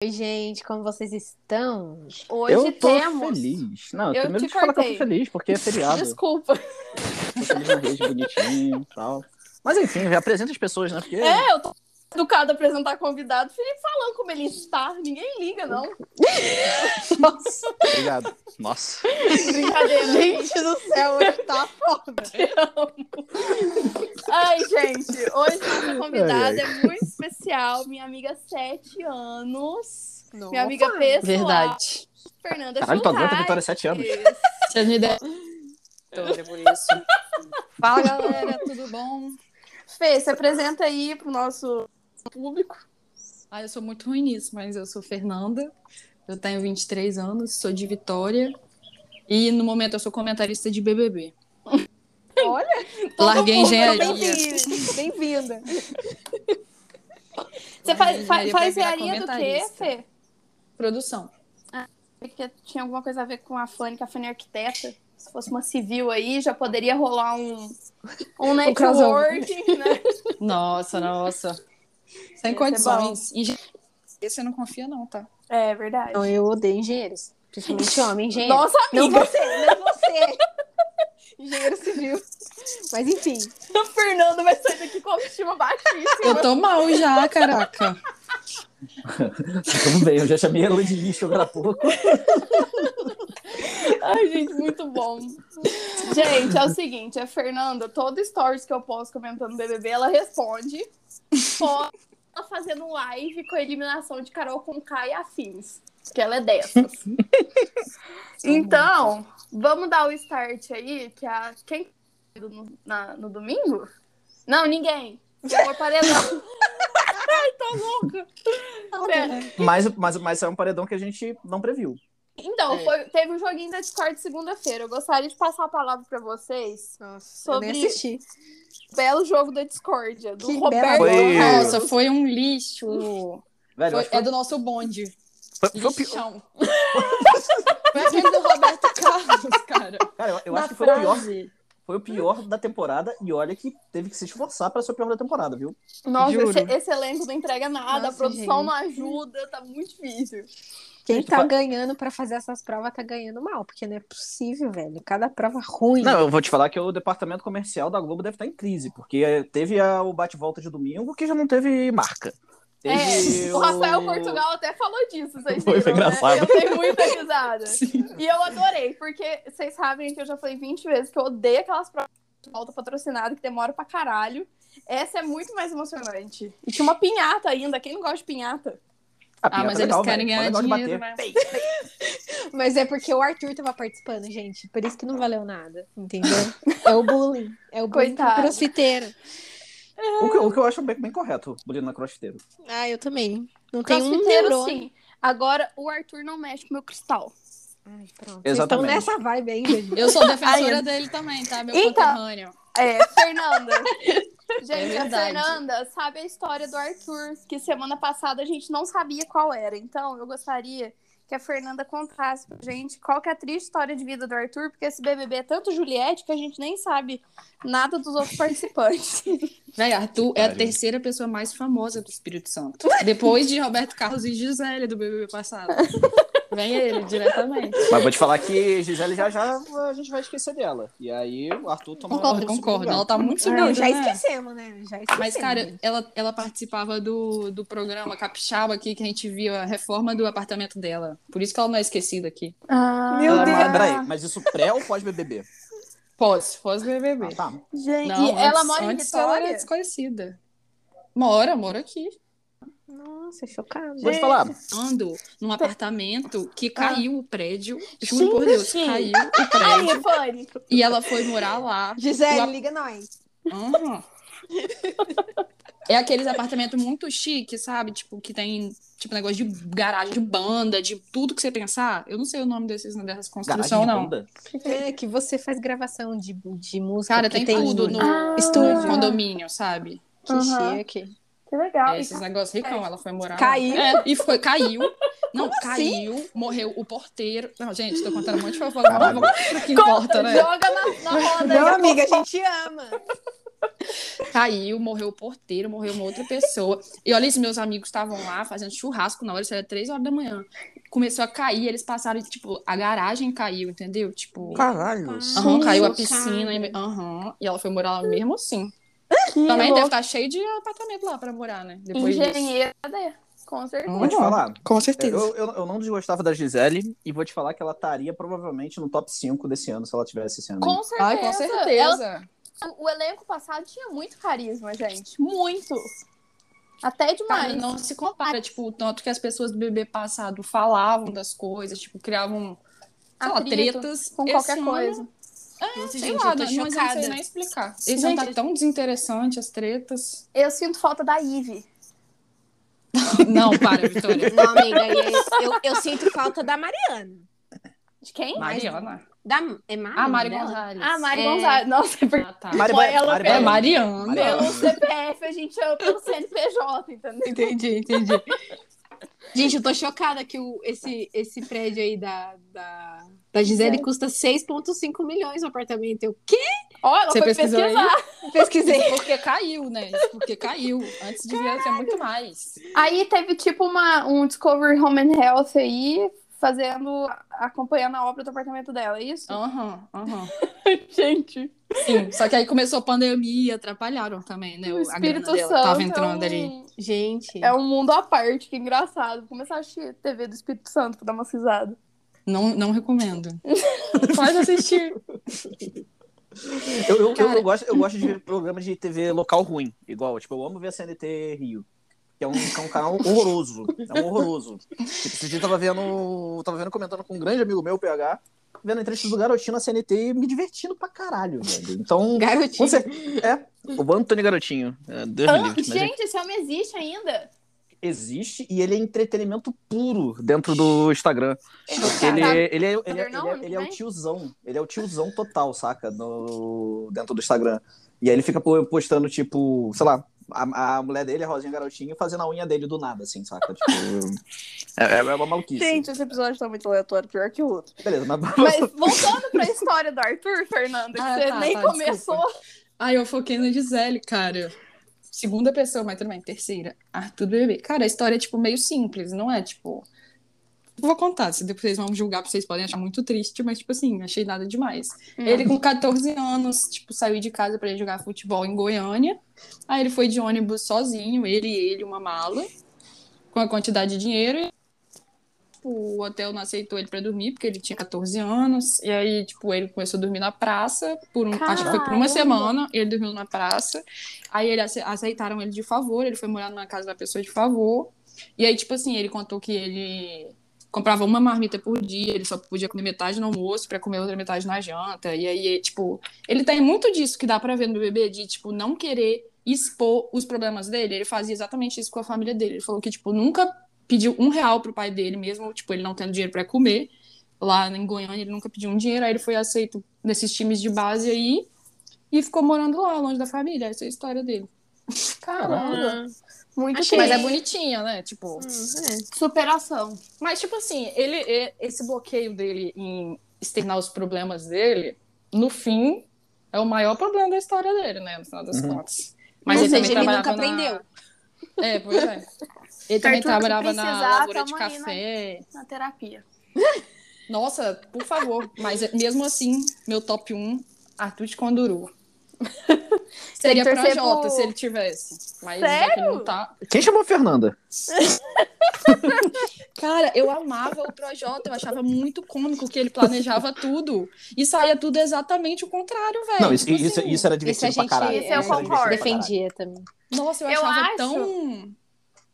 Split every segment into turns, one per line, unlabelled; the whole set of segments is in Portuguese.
Oi, gente, como vocês estão?
Hoje
eu tô
temos.
feliz.
Eu
Não, eu primeiro
te
de falar que eu tô
cortei.
feliz, porque é feriado.
Desculpa.
tô feliz na rede bonitinho e tal. Mas enfim, apresenta as pessoas, né? Porque
É, eu tô educado a apresentar convidado. Felipe falando como ele está. Ninguém liga, não.
Nossa,
Obrigado. Nossa.
Brincadeira.
gente do céu, hoje tá foda.
Ai, gente, hoje nossa
Ai,
convidada é muito especial. Minha amiga, sete anos. Minha amiga pessoal,
Verdade.
Fernanda
Caralho, tua doida,
Schulteis.
Vitória, sete anos.
Tinha uma ideia. Vitória, por isso. Fala, galera, tudo bom?
Fê, se apresenta aí pro nosso público.
Ah, eu sou muito ruim nisso, mas eu sou Fernanda. Eu tenho 23 anos, sou de Vitória. E no momento eu sou comentarista de BBB.
Todo
Larguei a
mundo,
engenharia.
Bem-vinda. Bem-vinda.
Você faz, faz, faz
Larguei engenharia pra virar
engenharia do quê,
comentarista.
Fê?
Produção.
Porque tinha alguma coisa a ver com a Fanny, que a Fanny é arquiteta. Se fosse uma civil aí, já poderia rolar um, um
crossover.
networking, né?
Nossa, nossa.
Ia
Sem
ser
condições. Engenharia, você não confia, não, tá?
É verdade.
Não, Então, eu odeio engenheiros. Principalmente homem engenheiro.
Nossa
não
amiga, é
você, não você. Engenheiro civil. Mas enfim.
o Fernando vai sair daqui com a autoestima
Eu
baixíssima.
tô mal já, caraca.
Tudo bem, eu já chamei ela de lixo agora há pouco.
Ai, gente, muito bom. Gente, é o seguinte, a Fernanda, todo stories que eu posto comentando BBB, ela responde. Só ela fazendo live com a eliminação de Carol Conká e afins. Que ela é dessas. então, vamos dar o start aí, que a... Quem tá no, na- no domingo? Não, ninguém. Eu vou paredão. Ai, tô louca. Pera.
Mas, mas, mas é um paredão que a gente não previu.
Então,
É.
foi- teve um joguinho da Discord segunda-feira. Eu gostaria de passar a palavra pra vocês.
Nossa,
Sobre-
eu nem assisti.
Belo jogo da Discordia, do
Que
Roberto.
bela
Foi-
Carlos.
Nossa, foi um lixo.
Velho, eu
Foi-
acho que
é do nosso bonde.
é
foi, foi o pior-
Lixão. Foi aquele do Roberto Carlos, cara.
cara, eu- eu
Na
acho que foi o, pior,
frase.
foi o pior da temporada. E olha que teve que se esforçar pra ser o pior da temporada, viu?
Nossa,
Juro.
esse, esse elenco não entrega nada, a
Nossa,
produção
gente.
não ajuda, tá muito difícil.
Quem tá ganhando pra fazer essas provas tá ganhando mal, porque não é possível, velho. Cada prova ruim.
Não, eu vou te falar que o departamento comercial da Globo deve estar em crise, porque eh, teve a- o bate-volta de domingo que já não teve marca. Teve
É, o Rafael Portugal até falou disso, vocês viram,
Foi, foi
né?
engraçado.
Eu dei muita risada.
Sim.
E eu adorei, porque vocês sabem que eu já falei 20 vezes que eu odeio aquelas provas de volta patrocinada que demora pra caralho. Essa é muito mais emocionante. E tinha uma pinhata ainda, quem não gosta de pinhata?
Ah, mas eles querem ganhar dinheiro, né?
Mas é porque o Arthur tava participando, gente. Por isso que não valeu nada, entendeu? É o bullying. É o bullying com
Coitado.
crossfiteiro.
né?
O que, o que eu acho bem, bem correto, bullying na crossfiteiro.
Ah, eu também. Não tem um
Crossfiteiro,
neurônio.
sim. é assim. Agora, o Arthur não mexe com o meu cristal.
Ai, pronto. Vocês estão
Exatamente.
nessa vibe ainda. gente.
Eu sou defensora
Ai,
dele também, tá? Meu
Então.
conterrâneo.
É, Fernanda. Gente,
É
a
verdade.
Fernanda sabe a história do Arthur, que semana passada a gente não sabia qual era. Então, eu gostaria que a Fernanda contasse pra gente qual que é a triste história de vida do Arthur, porque esse BBB é tanto Juliette que a gente nem sabe nada dos outros participantes.
Véi, Arthur é a
Verdade.
terceira pessoa mais famosa do Espírito Santo. Depois de Roberto Carlos e Gisele do BBB passado. Vem ele diretamente.
Mas vou te falar que Gisele já já a gente vai esquecer dela. E aí o Arthur toma
Concordo,
esse
concordo.
lugar.
Ela tá muito subida,
Não, já
né?
esquecemos, né? Já esquecemos.
Mas, cara, ela, ela participava do, do programa Capixaba aqui, que a gente viu a reforma do apartamento dela. Por isso que ela não é esquecida aqui.
Meu
Ah,
Deus.
Mas, peraí, mas isso pré ou pós BBB?
Pós, pós BBB.
Ah, tá.
Gente,
Não,
e
antes-
ela mora em
antes ela era
Vitória?
desconhecida. Mora, mora aqui.
Nossa, chocada.
Vou te falar.
morando
Tá.
num apartamento
Ah.
que caiu o prédio. Juro por Deus,
Gente!
caiu o prédio.
Aí, Fanny.
E ela foi morar lá.
Gisele,
Lá-
liga nós.
Aham. É aqueles apartamentos muito chique, sabe? Tipo, que tem tipo negócio de garagem de banda, de tudo que você pensar. Eu não sei o nome desses, né, dessas
Garagem
construções,
de
não.
banda?
É que você faz gravação de, de música.
Cara,
porque
tem tudo no
Ah,
estúdio.
condomínio, sabe?
Que
Aham.
chique.
Que legal.
É, esses negócios ricão, ela foi morar. lá.
Caiu?
É, e foi, caiu. Não,
Como
caiu, morreu o porteiro. Não, gente, tô contando um monte de fofoca, mas
Caralho.
vou o que importa, né?
Joga na, na roda aí.
Não, amiga, a gente ama.
Caiu, morreu o porteiro, morreu uma outra pessoa. E olha isso, meus amigos estavam lá fazendo churrasco na hora, isso era três horas da manhã. Começou a cair, eles passaram, e, tipo, a garagem caiu, entendeu? Tipo,
Caralho.
aham,
Sim,
caiu a
cara.
piscina, e- aham. e ela foi morar lá mesmo assim.
Que
Também deve
louco.
estar cheio de apartamento lá pra morar, né? Depois disso.
Engenheira, né? com certeza.
Vou te falar.
Com
É, Eu,
certeza.
eu, eu não desgostava da Gisele e vou te falar que ela estaria provavelmente no top 5 desse ano se ela tivesse esse ano.
Com certeza.
Hum. Ai, com certeza.
Ela- o elenco passado tinha muito carisma, gente. Muito. Até
Cara,
demais.
Tá, não se compara, tipo, o tanto que as pessoas do bebê passado falavam das coisas, tipo, criavam, sei lá,
Atrito
tretas.
com
Esse
qualquer
ano,
coisa.
Nossa,
Sei
gente,
lá,
eu tô
não, não sei
chocada.
nem explicar. Esse ano tá tão desinteressante, as tretas.
Eu sinto falta da Ive.
Não, para, Vitória.
Não, amiga, aí é- eu, eu sinto falta da Mariana.
De quem?
Mariana.
Da, é Mariana?
Ah, Mari
né?
Gonzalez.
Ah, Mari
É.
Gonzalez. Nossa, é porque
Ah, tá.
Mari-
Foi ela
Mari-
É,
mesmo.
Mariana.
Mariana.
pelo CPF a gente chama pelo CNPJ, entendeu?
Entendi, entendi. Gente, eu tô chocada que o, esse, esse prédio aí da, da, da Gisele custa 6,5 milhões o apartamento. Eu que
Ó, ela
Você
foi
pesquisou aí?
pesquisar.
pesquisei.
Isso Porque caiu, né? Isso Porque caiu. Antes devia ser muito mais.
Aí teve tipo uma, um Discovery Home and Health aí, fazendo, acompanhando a obra do apartamento dela, é isso?
Aham, aham.
Gente,
Sim, só que aí começou a pandemia, atrapalharam também, né?
o
a grana
Espírito
dela
Santo
tava entrando
é um,
ali.
Gente,
É um mundo à parte, que engraçado. Vou começar a assistir TV do Espírito Santo pra dar uma risada.
Não, não recomendo. Pode assistir.
Eu, eu- eu- eu
é Cara.
gosto, eu gosto de ver programa de TV local ruim, igual. Tipo, eu amo ver a CNT Rio. Que é um, que é um canal horroroso. É um horroroso. Tipo, esse dia eu tava vendo. Tava vendo comentando com um grande amigo meu, PH, vendo entrevistas do garotinho na CNT e me divertindo pra caralho, velho. Então.
um garotinho.
com cer- É, o Antônio Garotinho. É,
Ah,
Deus me livre, mas ele
esse homem existe ainda?
existe e ele é entretenimento puro dentro do Instagram. Ele,
Tá.
ele, é, ele, é,
Não,
ele é-
não
ele é o
tem?
tiozão. Ele é o tiozão total, saca? No, dentro do Instagram. E aí ele fica po- postando, tipo, sei lá, a, a mulher dele, a Rosinha Garotinho, fazendo a unha dele do nada, assim, saca? Tipo, é, é uma maluquice.
Gente, esse episódio tá muito aleatório, pior que o outro.
Beleza, mas,
Mas voltando pra história do Arthur, Fernanda, que
Ah,
você
tá,
nem
tá,
começou.
Ai, eu foquei na Gisele, cara. Segunda pessoa, mas tudo bem, terceira. Arthur do bebê. Cara, a história é, tipo, meio simples, não é, tipo... Vou contar, se depois vocês vão julgar, vocês podem achar muito triste, mas, tipo assim, não achei nada demais. Ele, com 14 anos, tipo, saiu de casa pra ir jogar futebol em Goiânia. Aí ele foi de ônibus sozinho, ele e ele, uma mala, com a quantidade de dinheiro. E, tipo, o hotel não aceitou ele pra dormir, porque ele tinha 14 anos. E aí, tipo, ele começou a dormir na praça, por um, acho que foi por uma
Caramba.
semana, ele dormiu na praça. Aí ele ace- aceitaram ele de favor, ele foi morar numa casa da pessoa de favor. E aí, tipo assim, ele contou que ele comprava uma marmita por dia, ele só podia comer metade no almoço pra comer outra metade na janta. E aí, tipo, ele tem muito disso que dá pra ver no bebê de, tipo, não querer expor os problemas dele. Ele fazia exatamente isso com a família dele. Ele falou que, tipo, nunca pediu um real pro pai dele mesmo, tipo, ele não tendo dinheiro pra comer. Lá em Goiânia ele nunca pediu um dinheiro, aí ele foi aceito nesses times de base aí e ficou morando lá, longe da família. Essa é a história dele.
Ah. Uhum,
Caramba, muito
Achei.
Mas
triste.
é bonitinha, né? Tipo,
é.
Superação.
Mas, tipo assim, ele, e- esse bloqueio dele em externar os problemas dele, no fim, é o maior problema da história dele, né? No final das
Uhum.
contas.
Mas, ou seja, ele
trabalhava
nunca
na-
aprendeu.
É, pois é. Ele também
Arthur, se
trabalhava na
precisar,
lavoura de
tamo aí, né?
café.
Na terapia.
Nossa, por favor. Mas mesmo assim, meu top 1, Arthur de Conduru.
Tem que
Seria pra
torcer
Jota
pro-
se ele tivesse. Mas já que
Sério?
ele não tá,
quem chamou a Fernanda?
Cara, eu amava o Projota, eu achava muito cômico que ele planejava tudo e saía tudo exatamente o contrário, velho.
Não, isso,
Tipo
isso,
assim,
isso era
Isso a
divertido pra
gente
caralho.
Isso eu
era divertido pra
concordo.
defendia também.
Nossa, eu
Eu
achava
acho.
tão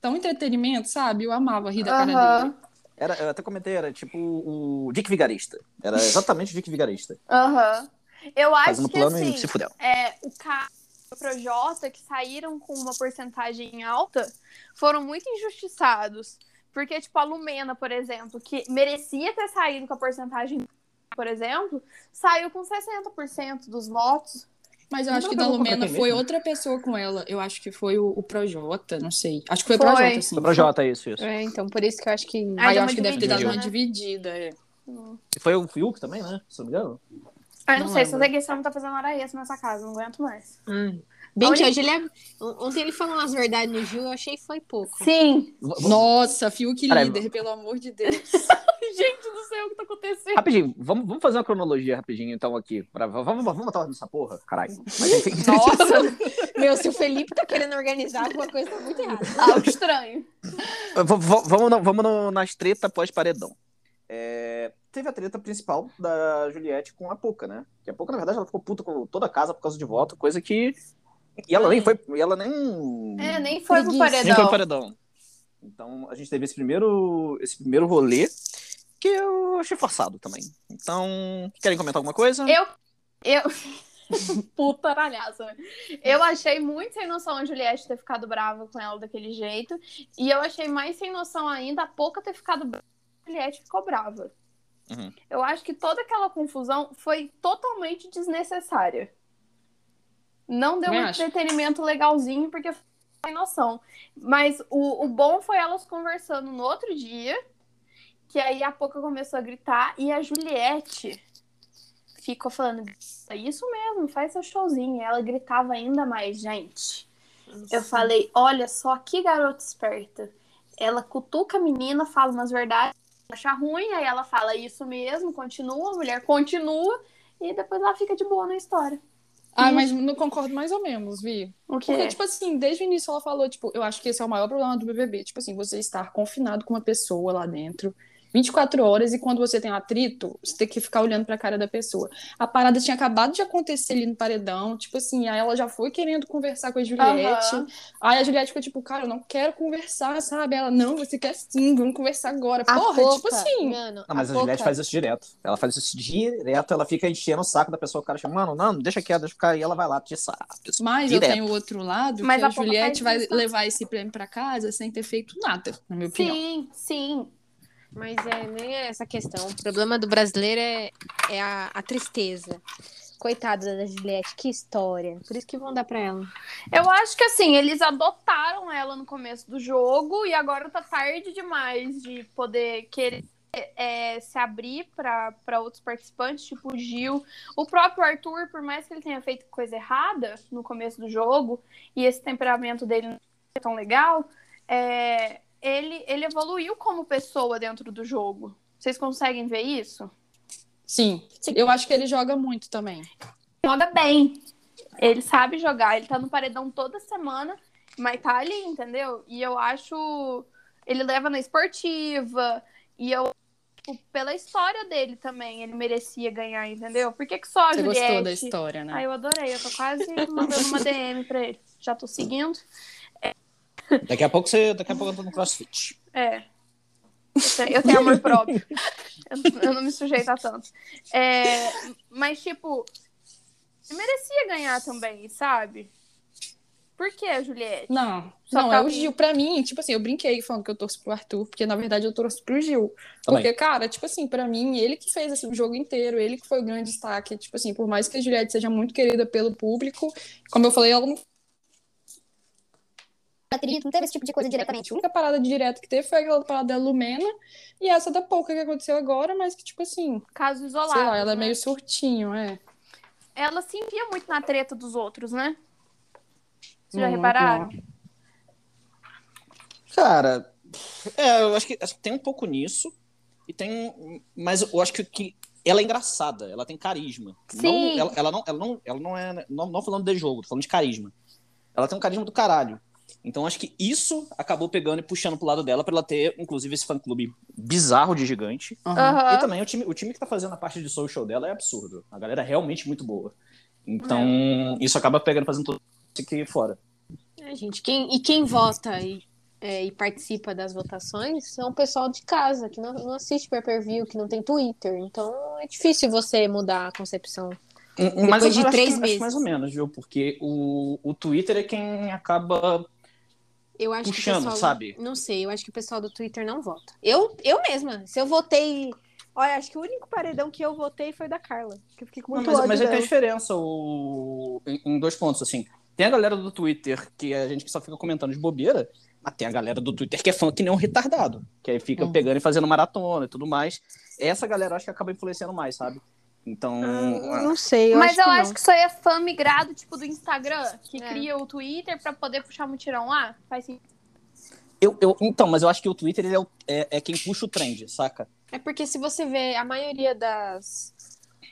tão entretenimento, sabe? Eu amava rir da
Aham.
cara dele.
caralho. Era, eu até comentei, era tipo o Dick Vigarista. Era exatamente o Dick Vigarista.
Aham. Eu acho
Fazendo
que
um plano
assim,
e se fudeu.
é, o Caio e o Projota, que saíram com uma porcentagem alta, foram muito injustiçados. Porque, tipo, a Lumena, por exemplo, que merecia ter saído com a porcentagem, por exemplo, saiu com 60% dos votos.
Mas
Não
eu
né?
acho que
dá
da
pra colocar
Lumena
quem
foi
mesmo?
outra pessoa com ela. Eu acho que foi o, o Projota, não sei. Acho que foi o
Foi.
Projota, sim.
Foi pra Jota, isso, isso.
É, então, por isso que eu acho que.
Aí
deu
eu
uma
acho que deve ter dado
dividida,
uma
né?
dividida, é.
E Foi o Fiuk também, né? Se não me engano.
Ah, eu não,
Não
sei, só
lembro.
sei que esse homem tá fazendo hora extra nessa casa, não aguento mais.
Ai, Bem que
Olha-
hoje ele é... Ontem ele falou umas verdades no Gil, eu achei que foi pouco.
Sim.
V-
Nossa, Fiuk
Cara,
líder, pelo amor de Deus.
Gente, não sei o que tá acontecendo.
Rapidinho, vamos, vamos fazer uma cronologia rapidinho, então, aqui. pra- vamos, vamos botar nessa porra? Caralho. Mas enfim.
Nossa! Meu, se o Felipe tá querendo organizar alguma coisa, tá muito errado.
Algo estranho.
então, V- v- vamos no- vamos no- nas treta pós-paredão. É, teve a treta principal da Juliette com a Puca, né? Que a Puca, na verdade, ela ficou puta com toda a casa por causa de voto, coisa que. E ela nem foi. E ela nem.
É, nem foi pro
Preguiça.
nem foi
paredão.
paredão. Então a gente teve esse primeiro, esse primeiro rolê que eu achei forçado também. Então, querem comentar alguma coisa?
Eu. Eu. Puta aralhaça, né? Eu achei muito sem noção a Juliette ter ficado brava com ela daquele jeito. E eu achei mais sem noção ainda a Pouca ter ficado brava. A Juliette ficou brava.
Uhum.
Eu acho que toda aquela confusão foi totalmente desnecessária. Não deu
Também
um
acho.
entretenimento legalzinho, porque foi sem noção. Mas o, o bom foi elas conversando no outro dia, que aí a Pouca começou a gritar, e a Juliette ficou falando, "É isso mesmo, faz seu showzinho. E ela gritava ainda mais, gente. Eu falei, olha só que garota esperta. Ela cutuca a menina, fala umas verdades, acha ruim, aí ela fala isso mesmo, continua, a mulher continua, e depois ela fica de boa na história.
Ah, mas não concordo mais ou menos, Vi.
O que
Porque,
é?
tipo assim, desde o início ela falou, tipo, eu acho que esse é o maior problema do BBB. Tipo assim, você estar confinado com uma pessoa lá dentro 24 horas e quando você tem um atrito, você tem que ficar olhando pra cara da pessoa. A parada tinha acabado de acontecer ali no paredão, tipo assim, aí ela já foi querendo conversar com a Juliette.
Aham.
Aí a Juliette ficou tipo, cara, eu não quero conversar, sabe? Ela, não, você quer sim, vamos conversar agora.
A
Porra, tipo
Poca,
assim.
mano,
Não, mas a, Juliette
Poca-
faz isso direto. Ela faz isso direto, ela fica enchendo o saco da pessoa, o cara chama, mano, não, deixa quieto, deixa ficar, e ela vai lá, te saco.
Mas
Direto.
eu tenho outro lado,
Mas
que a,
a Poca
Juliette vai
faz isso.
levar esse prêmio pra casa sem ter feito nada, na minha opinião.
Sim, sim.
Mas é, nem é essa questão. O problema do brasileiro é, é a, a tristeza. Coitada da Juliette, que história. Por isso que vão dar pra ela.
Eu acho que assim, eles adotaram ela no começo do jogo e agora tá tarde demais de poder querer é, se abrir pra pra outros participantes, tipo o Gil. O próprio Arthur, por mais que ele tenha feito coisa errada no começo do jogo e esse temperamento dele não é tão legal, é, ele, ele evoluiu como pessoa dentro do jogo. Vocês conseguem ver isso?
Sim. Eu acho que ele joga muito também.
joga bem. Ele sabe jogar, ele tá no paredão toda semana, mas tá ali, entendeu? E eu acho. Ele leva na esportiva, e eu. tipo, Pela história dele também, ele merecia ganhar, entendeu? Por que, que só a
Você
Juliette?
gostou da história, né?
Ai, eu adorei, eu tô quase mandando uma DM pra ele. Já tô seguindo.
Daqui a pouco você. Daqui a pouco eu tô no crossfit.
É. Eu tenho- Eu tenho amor próprio. Eu não- Eu não me sujeito a tanto. É, mas, tipo, eu merecia ganhar também, sabe? Por que a Juliette?
Não,
Só
não,
pra
é o
mim.
Gil. Pra mim, tipo assim, eu brinquei falando que eu torço pro Arthur, porque na verdade eu torço pro Gil.
Também.
Porque, cara, tipo assim, pra mim, ele que fez assim, o jogo inteiro, ele que foi o grande destaque. Tipo assim, por mais que a Juliette seja muito querida pelo público, como eu falei, ela não
atrito, não teve esse tipo de coisa diretamente.
A única parada direta que teve foi aquela parada da Lumena e essa da pouca que aconteceu agora, mas que, tipo assim,
Caso isolado.
sei lá, ela é
né?
meio surtinho, é.
Ela se enfia muito na treta dos outros, né? Vocês já
Muito,
repararam?
Cara, é, eu acho que, acho que tem um pouco nisso. E tem. Mas eu acho que, que ela é engraçada, ela tem carisma. Não,
Sim.
ela, ela não, ela, não, ela não é. Não, não falando de jogo, tô falando de carisma. Ela tem um carisma do caralho. Então acho que isso acabou pegando e puxando pro lado dela pra ela ter, inclusive, esse fã clube bizarro de gigante.
Aham.
Aham.
E também o time, o time que tá fazendo a parte de social dela é absurdo. A galera é realmente muito boa. Então, isso acaba pegando, fazendo tudo isso aqui fora.
É, gente, quem, e quem vota e, é, e participa das votações são o pessoal de casa, que não, não assiste pay-per-view, que não tem Twitter. Então é difícil você mudar a concepção.
Um, Mas
Depois de
acho que-
três
acho
meses.
mais ou menos, viu? Porque o, o Twitter é quem acaba.
Eu acho
Puxando,
que o pessoal,
sabe?
Não sei, eu acho que o pessoal do Twitter não vota. Eu, eu mesma, se eu votei. Olha, acho que o único paredão que eu votei foi da Carla. Que eu é. fiquei com
Não,
muito
mas
ódio
mas é aí tem a
dela.
diferença o, em, em dois pontos, assim. Tem a galera do Twitter que a gente só fica comentando de bobeira, mas tem a galera do Twitter que é fã que nem um retardado. Que aí fica
Hum.
pegando e fazendo maratona e tudo mais. Essa galera acho que acaba influenciando mais, sabe? Então, a-
Não sei, eu
Mas
acho
eu
que
acho que isso aí é fã migrado, tipo, do Instagram, que
É.
cria o Twitter pra poder puxar um mutirão lá. Faz sentido.
eu, eu, então, mas eu acho que o Twitter ele é, o- é, é quem puxa o trend, saca?
É porque se você vê a maioria das,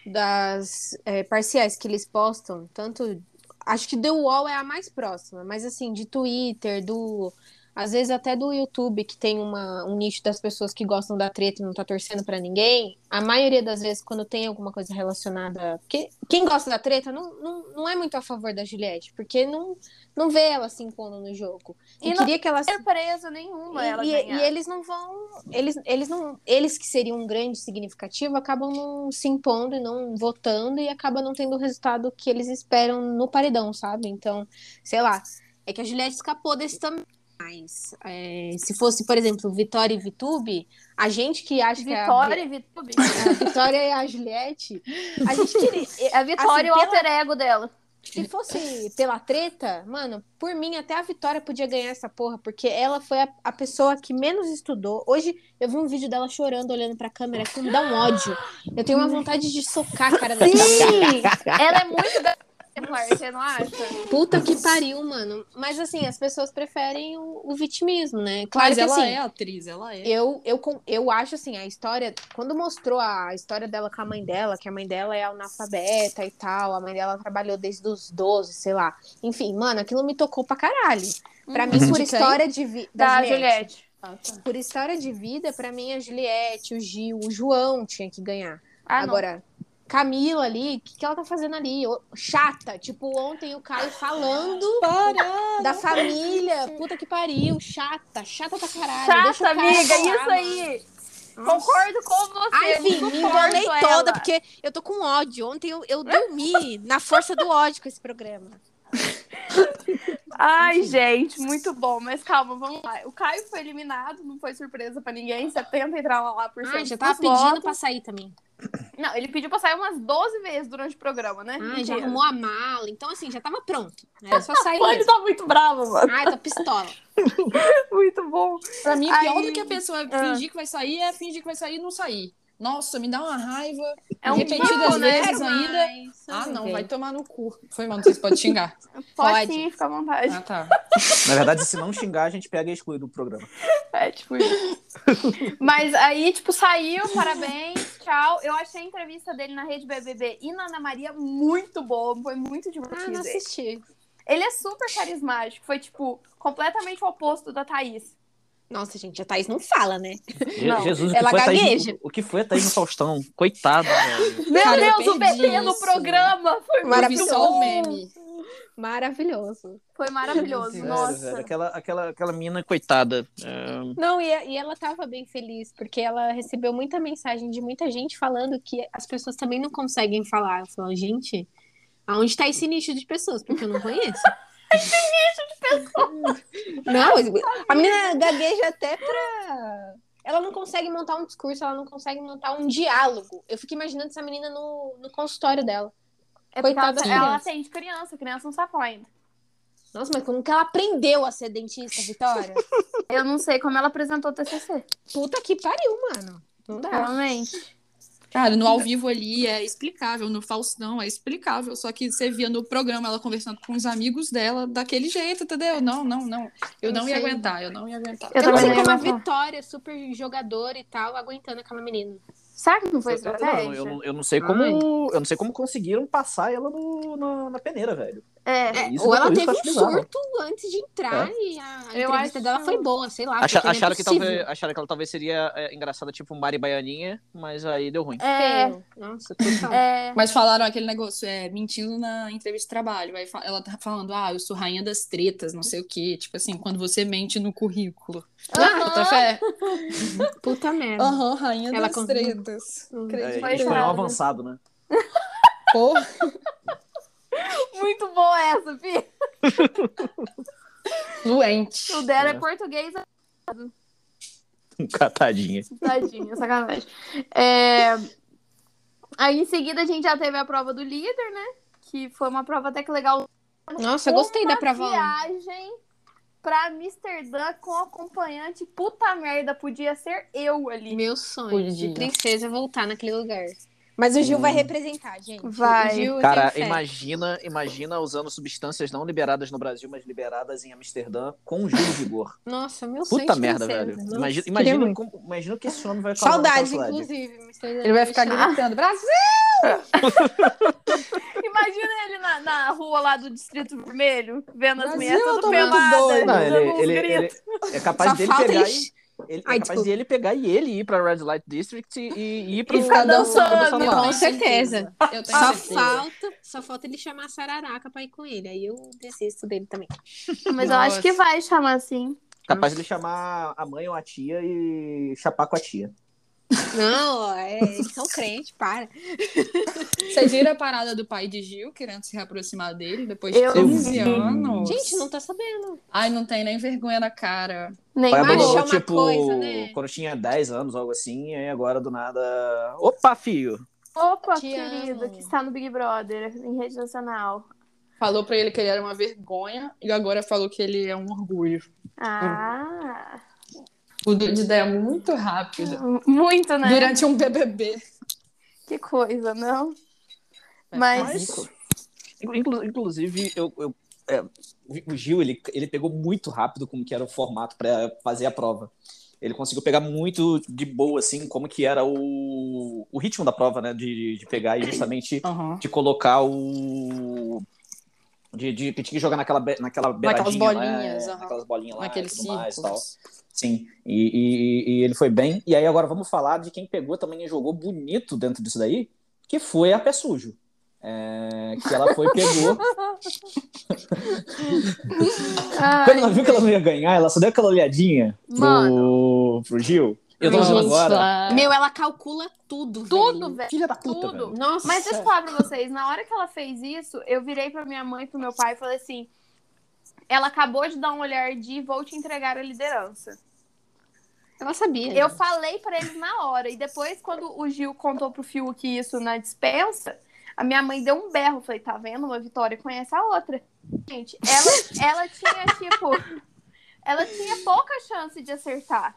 das é, parciais que eles postam, tanto. Acho que The Wall é a mais próxima, mas assim, de Twitter, do. Às vezes até do YouTube, que tem uma, um nicho das pessoas que gostam da treta e não tá torcendo pra ninguém. A maioria das vezes, quando tem alguma coisa relacionada. Porque quem gosta da treta não, não, não é muito a favor da Juliette, porque não, não vê ela se impondo no jogo. E,
E não- é
queria que ela se
Surpresa nenhuma
e,
ela
e-
ganhar.
e eles não vão. Eles, eles não. Eles que seriam um grande significativo acabam não se impondo e não votando e acaba não tendo o resultado que eles esperam no paredão, sabe? Então, sei lá. É que a Juliette escapou desse também. Mas é, se fosse, por exemplo, Vitória e Vitube, a gente que acha
Vitória e Vitube.
que a, a Vitória e a Juliette, a gente queria.
A Vitória e o
Assim, pela-
alter ego dela.
Se fosse pela treta, mano, por mim até a Vitória podia ganhar essa porra, porque ela foi a, a pessoa que menos estudou. Hoje eu vi um vídeo dela chorando, olhando pra câmera, que me dá um ódio. Eu tenho uma vontade de socar a cara da
Sim! ela é muito da exemplar, você não acha?
Puta que pariu, mano. Mas assim, as pessoas preferem o, o vitimismo, né? Claro
Mas
que
ela
assim,
é atriz, ela é.
Eu, eu, con- eu acho assim, a história. Quando mostrou a história dela com a mãe dela, que a mãe dela é analfabeta e tal, a mãe dela trabalhou desde os 12, sei lá. Enfim, mano, aquilo me tocou pra caralho. Pra mim, por
De quem?
história de vida.
Uhum. Da, Juliette.
Por história de vida, pra mim, a Juliette, o Gil, o João tinha que ganhar.
Ah, não.
Agora, Camila ali, o que, que ela tá fazendo ali? Ô, Chata. Tipo, ontem o Caio falando da família. Puta que pariu, chata. Chata pra caralho. Deixa
Chata,
o cara
amiga,
falar,
isso aí. Concordo com você.
Ai,
não
enfim, me
concordo
enganei
ela.
toda, porque eu tô com ódio. Ontem eu, eu dormi na força do ódio com esse programa.
Ai, gente, muito bom. Mas calma, vamos lá. O Caio foi eliminado, não foi surpresa pra ninguém. 70 entrar lá por cento.
Ai, Ah, já tava
dos
pedindo
votos.
pra sair também.
Não, ele pediu pra sair umas 12 vezes durante o programa, né?
Ai, Ah, já
Mentira.
arrumou a mala. Então, assim, já tava pronto. Era só sair
Pô, ele
mesmo.
tá muito bravo, mano.
Ai, tô pistola.
Muito bom.
Pra mim, pior
Aí-
do que a pessoa
Ah.
fingir que vai sair é fingir que vai sair e não sair. Nossa, me dá uma raiva.
É um
Repetidas
pouco, né?
vezes ainda. Ah, não, vai tomar no cu. Foi mal, não sei se pode xingar.
Pode,
Pode.
sim, fica à vontade.
Ah, tá.
Na verdade, se não xingar, a gente pega e exclui do programa.
É, tipo
Ah.
isso. Mas aí, tipo, saiu, parabéns, tchau. Eu achei a entrevista dele na Rede BBB e na Ana Maria muito boa, foi muito
Ah, não
divertido.
assisti.
ele é super carismático, foi, tipo, completamente o oposto da Thaís.
Nossa, gente, a Thaís não fala, né?
Não,
Jesus, o que
ela
foi a Thaís no-
gagueja.
o que foi a Thaís no Faustão? Coitada, velho.
Meu
Cara, eu
Deus, o
perdi
BT no
isso.
programa foi
Eu vi
muito
só
bom.
o meme.
Maravilhoso.
Foi maravilhoso,
Meu Deus,
nossa.
Sério, velho, aquela, aquela, aquela mina, coitada. É,
Não, e, é, e ela tava bem feliz, porque ela recebeu muita mensagem de muita gente falando que as pessoas também não conseguem falar. Eu falo, gente, aonde tá esse nicho de pessoas? Porque eu não conheço. esse nicho de pessoas! Não, a menina gagueja até pra. Ela não consegue montar um discurso, ela não consegue montar um diálogo. Eu fico imaginando essa menina no, no consultório dela.
É porque ela-
Coitada da
ela
criança.
atende criança, criança não sabe falar ainda.
Nossa, mas como que ela aprendeu a ser dentista, Vitória?
Eu não sei como ela apresentou o TCC.
Puta que pariu, mano. Não
É.
dá.
Realmente.
Cara, no ao vivo ali é explicável, no Faustão é explicável, só que você via no programa ela conversando com os amigos dela daquele jeito, entendeu? Não, não, não. Eu
Não
não ia
sei.
aguentar, eu não ia aguentar.
Eu
Eu não
também
sei
não ia
como a
aguentar.
Vitória, super jogadora e tal, aguentando aquela menina.
Será que não foi
eu,
estratégia?
não, eu, não- eu não sei como. Eu não sei como conseguiram passar ela no- na, na peneira, velho.
É.
Isso-
Ou ela
isso
teve
eu acho
um
bizarro.
surto antes de entrar e a
Eu
entrevista
acho-
dela foi boa, sei lá.
Acha-
porque não é
acharam, que
possível.
talvez, acharam que ela talvez seria é, engraçada, tipo Mari Baianinha, mas aí deu ruim.
É.
Feio. Nossa, total.
É.
Mas falaram aquele negócio, é, mentindo na entrevista de trabalho. Aí fa- ela tá falando, ah, eu sou rainha das tretas, não sei o quê. Tipo assim, quando você mente no currículo.
Aham.
Puta fé.
Puta merda.
Aham, rainha
Ela
das
con-
tretas.
Hum.
Acredito.
Foi
É, espanhol
errado.
avançado, né?
Porra.
Muito boa essa, Fih.
Fluente.
O dela é
É.
português,
Um Catadinha.
tadinha, sacanagem. É, Aí em seguida a gente já teve a prova do líder, né? Que foi uma prova até que legal.
Nossa, eu gostei da prova. um. ontem.
Viagem pra Amsterdã com acompanhante. Puta merda, podia ser eu ali.
Meu sonho de
Podia.
né? princesa voltar naquele lugar. Mas o Gil vai representar, gente.
Vai.
O Gil
Hum. Cara,
tem fé.
imagina, imagina usando substâncias não liberadas no Brasil, mas liberadas em Amsterdã com juro de vigor.
Nossa, meu sonho
Puta
de
merda,
princesa.
velho.
Nossa,
Imagina,
queria
imagina,
muito.
como- imagina o que esse homem vai causar na
Saudade,
sociedade.
inclusive. Amsterdã.
Ele vai ficar gritando, Brasil!
Imagina ele na, na rua lá do Distrito Vermelho, vendo as
Brasil,
mulheres
eu tô
tudo
muito doida.
peladas,
Não,
dando
ele,
uns
ele-
gritos.
ele- é capaz
Só
dele
falta
pegar
ele-
e. Ele,
Ai,
é capaz
desculpa.
dele pegar e ele ir pra Red Light District e, e ir pro.
E
pra-
ficar dançando,
pra dançar no
eu
bar.
Com certeza.
Eu tenho
Só
certeza.
falta, só falta ele chamar a Sararaca pra ir com ele. Aí eu desisto dele também.
Mas eu acho que vai chamar assim.
Capaz dele chamar a mãe ou a tia e chapar com a tia.
Não, é, eles são crentes, para.
Vocês viram a parada do pai de Gil querendo se reaproximar dele depois
Eu
de 15
vi.
anos?
Gente, não tá sabendo.
Ai, não tem nem vergonha na cara.
Nem
Pai
Mas
mais.
isso é
abandonou,
uma
tipo,
coisa, né?
quando tinha 10 anos, algo assim, e aí agora do nada. Opa, filho!
Opa,
Te
querido,
amo.
que está no Big Brother, em rede nacional.
Falou pra ele que ele era uma vergonha e agora falou que ele é um orgulho.
Ah,
Mudou de ideia é muito rápido.
muito, né?
Durante um BBB.
Que coisa, não? Mas,
Mas- Inclu- inclu- Inclusive, eu, eu- é, o Gil, ele, ele pegou muito rápido como que era o formato para fazer a prova. Ele conseguiu pegar muito de boa, assim, como que era o, o ritmo da prova, né? De, de pegar e justamente
Aham.
de colocar o... De, de, que tinha que jogar naquela, be- naquela
Naquelas
beiradinha, né,
bolinhas, aham.
naquelas bolinhas lá
Naquele
e tudo mais e tal.
círculo.
Sim, e, e- e ele foi bem. E aí agora vamos falar de quem pegou também e jogou bonito dentro disso daí, que foi a Pé Sujo. É, que ela foi e pegou.
ai,
Quando ela viu que ela não ia ganhar, ela só deu aquela olhadinha pro, pro Gil. Eu tô falando agora.
Meu, ela calcula tudo.
tudo,
velho.
velho.
Filha da puta,
Tudo.
velho.
Nossa.
Mas deixa eu falar pra vocês, na hora que ela fez isso, eu virei pra minha mãe e pro meu pai e falei assim: ela acabou de dar um olhar de vou te entregar a liderança.
Ela sabia.
Eu falei pra eles na hora. E depois, quando o Gil contou pro Fiuk isso na dispensa, a minha mãe deu um berro. Falei, tá vendo? Uma vitória conhece a outra. Gente, ela, ela tinha, tipo. Ela tinha pouca chance de acertar.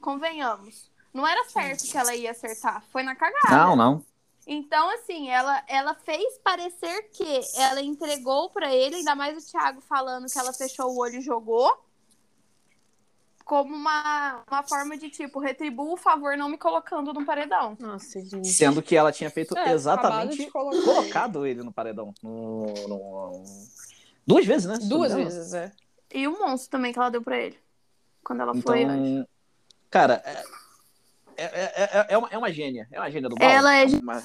Convenhamos. Não era certo que ela ia acertar. Foi na cagada.
Não, não.
Então, assim, ela, ela fez parecer que ela entregou pra ele, ainda mais o Thiago falando que ela fechou o olho e jogou, como uma, uma forma de tipo, retribua o favor não me colocando no paredão.
Nossa, gente.
Sendo que ela tinha feito
É, acabado
exatamente
de colocar.
colocado ele no paredão. No, no- duas vezes, né?
Duas
Não.
vezes, é.
E o monstro também que ela deu pra ele. Quando ela
Então,
foi. antes.
cara, é, é, é, é- é uma, é uma gênia. É uma gênia do mal.
Ela é-
Mas- mas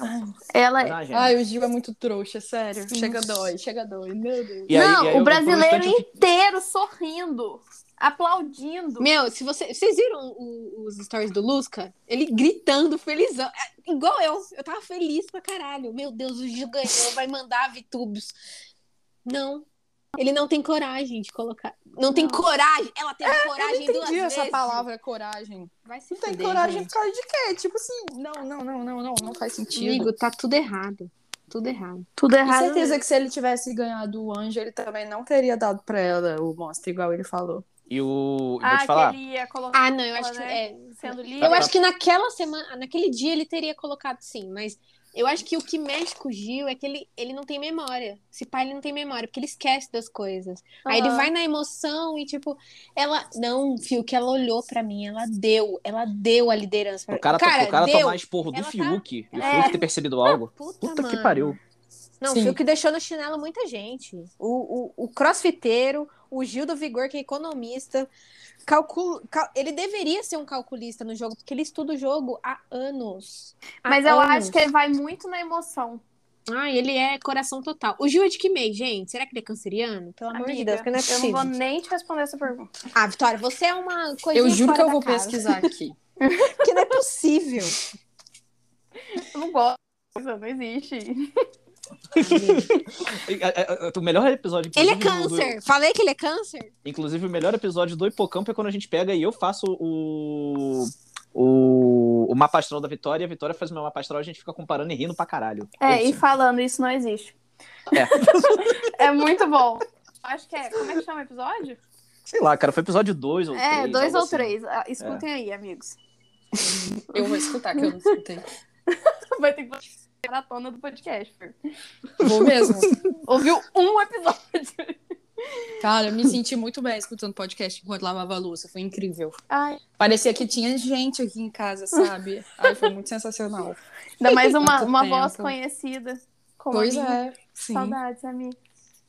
Ela
é uma gênia.
Ai, o Gil é muito trouxa, sério. Chega dói, chega dói. Meu Deus.
E aí-
Não,
e aí eu-
o brasileiro
por um instante
inteiro sorrindo, aplaudindo.
Meu, se você... vocês viram o- os stories do Lusca? Ele gritando, felizão. É, igual eu. Eu tava feliz pra caralho. Meu Deus, o Gil ganhou, vai mandar VTubes. Não. Ele não tem coragem de colocar. Não É, tem coragem. Ela teve coragem
Eu não
duas
entendi essa
vezes.
palavra, coragem.
Vai se
Não tem
fuder,
coragem
gente.
por causa de quê? Tipo assim, não, não, não, não, não, não faz sentido.
Amigo, tá tudo errado. Tudo errado.
Tudo
E
errado.
certeza que se ele tivesse ganhado o anjo, ele também não teria dado pra ela o monstro, igual ele falou.
E o. eu vou
Ah,
te falar.
que ele ia colocar
Ah, não, eu acho que. É,
sendo livre.
Eu acho que naquela semana, naquele dia ele teria colocado sim, mas eu acho que o que mexe com o Gil é que ele, ele não tem memória. Esse pai ele não tem memória, porque ele esquece das coisas. Aí ele
Aham.
vai na emoção e tipo, ela não, fio que ela olhou pra mim, ela deu, ela deu a liderança pra
O cara, tá-
cara
o cara
deu.
tomar esporro do
Ela tá-
Fiuk. E o
É. Tá
Fiuk ter percebido algo.
Puta,
Puta que
mano.
pariu.
Não,
Sim.
o que deixou no chinelo muita gente. O, o, o crossfiteiro, o Gil do Vigor, que é economista. Calcul... cal- Ele deveria ser um calculista no jogo, porque ele estuda o jogo há anos. Há
Mas eu
anos.
acho que ele vai muito na emoção.
Ah, é- ele é coração total. O Gil é de que mês, gente? Será que ele é canceriano? Pelo amor de
Amiga,
Deus, porque não é
eu
possível.
não vou nem te responder essa pergunta.
Ah, Vitória, você é uma coisa.
Eu juro que eu vou pesquisar aqui.
Porque não é possível.
Eu não gosto. Não existe.
E, a- a- a- O melhor episódio.
ele é
inclusive, do- do-
câncer. Falei que ele é câncer?
Inclusive, o melhor episódio do Hipocampo é quando a gente pega e eu faço o. O, o mapa astral da Vitória, e a Vitória faz o meu mapa astral, a gente fica comparando e rindo pra caralho.
É, e
Ouça.
falando isso não existe. É, muito bom. Acho que é. Como é que chama o episódio?
Sei lá, cara, foi episódio 2 ou assim. 3.
É, dois
assim.
ou três. Ah, Escutem aí, amigos.
Eu vou escutar, que eu não escutei.
Vai ter que. maratona do podcast. Fer.
Vou mesmo.
Ouviu um episódio.
Cara, eu me senti muito bem escutando podcast enquanto lavava a louça. Foi incrível.
Ai,
Parecia que tinha gente aqui em casa, sabe? Ai, foi muito sensacional.
ainda mais uma,
Quanto
uma
tempo.
voz conhecida. Como
Pois
a minha.
é. Sim.
Saudades, amiga.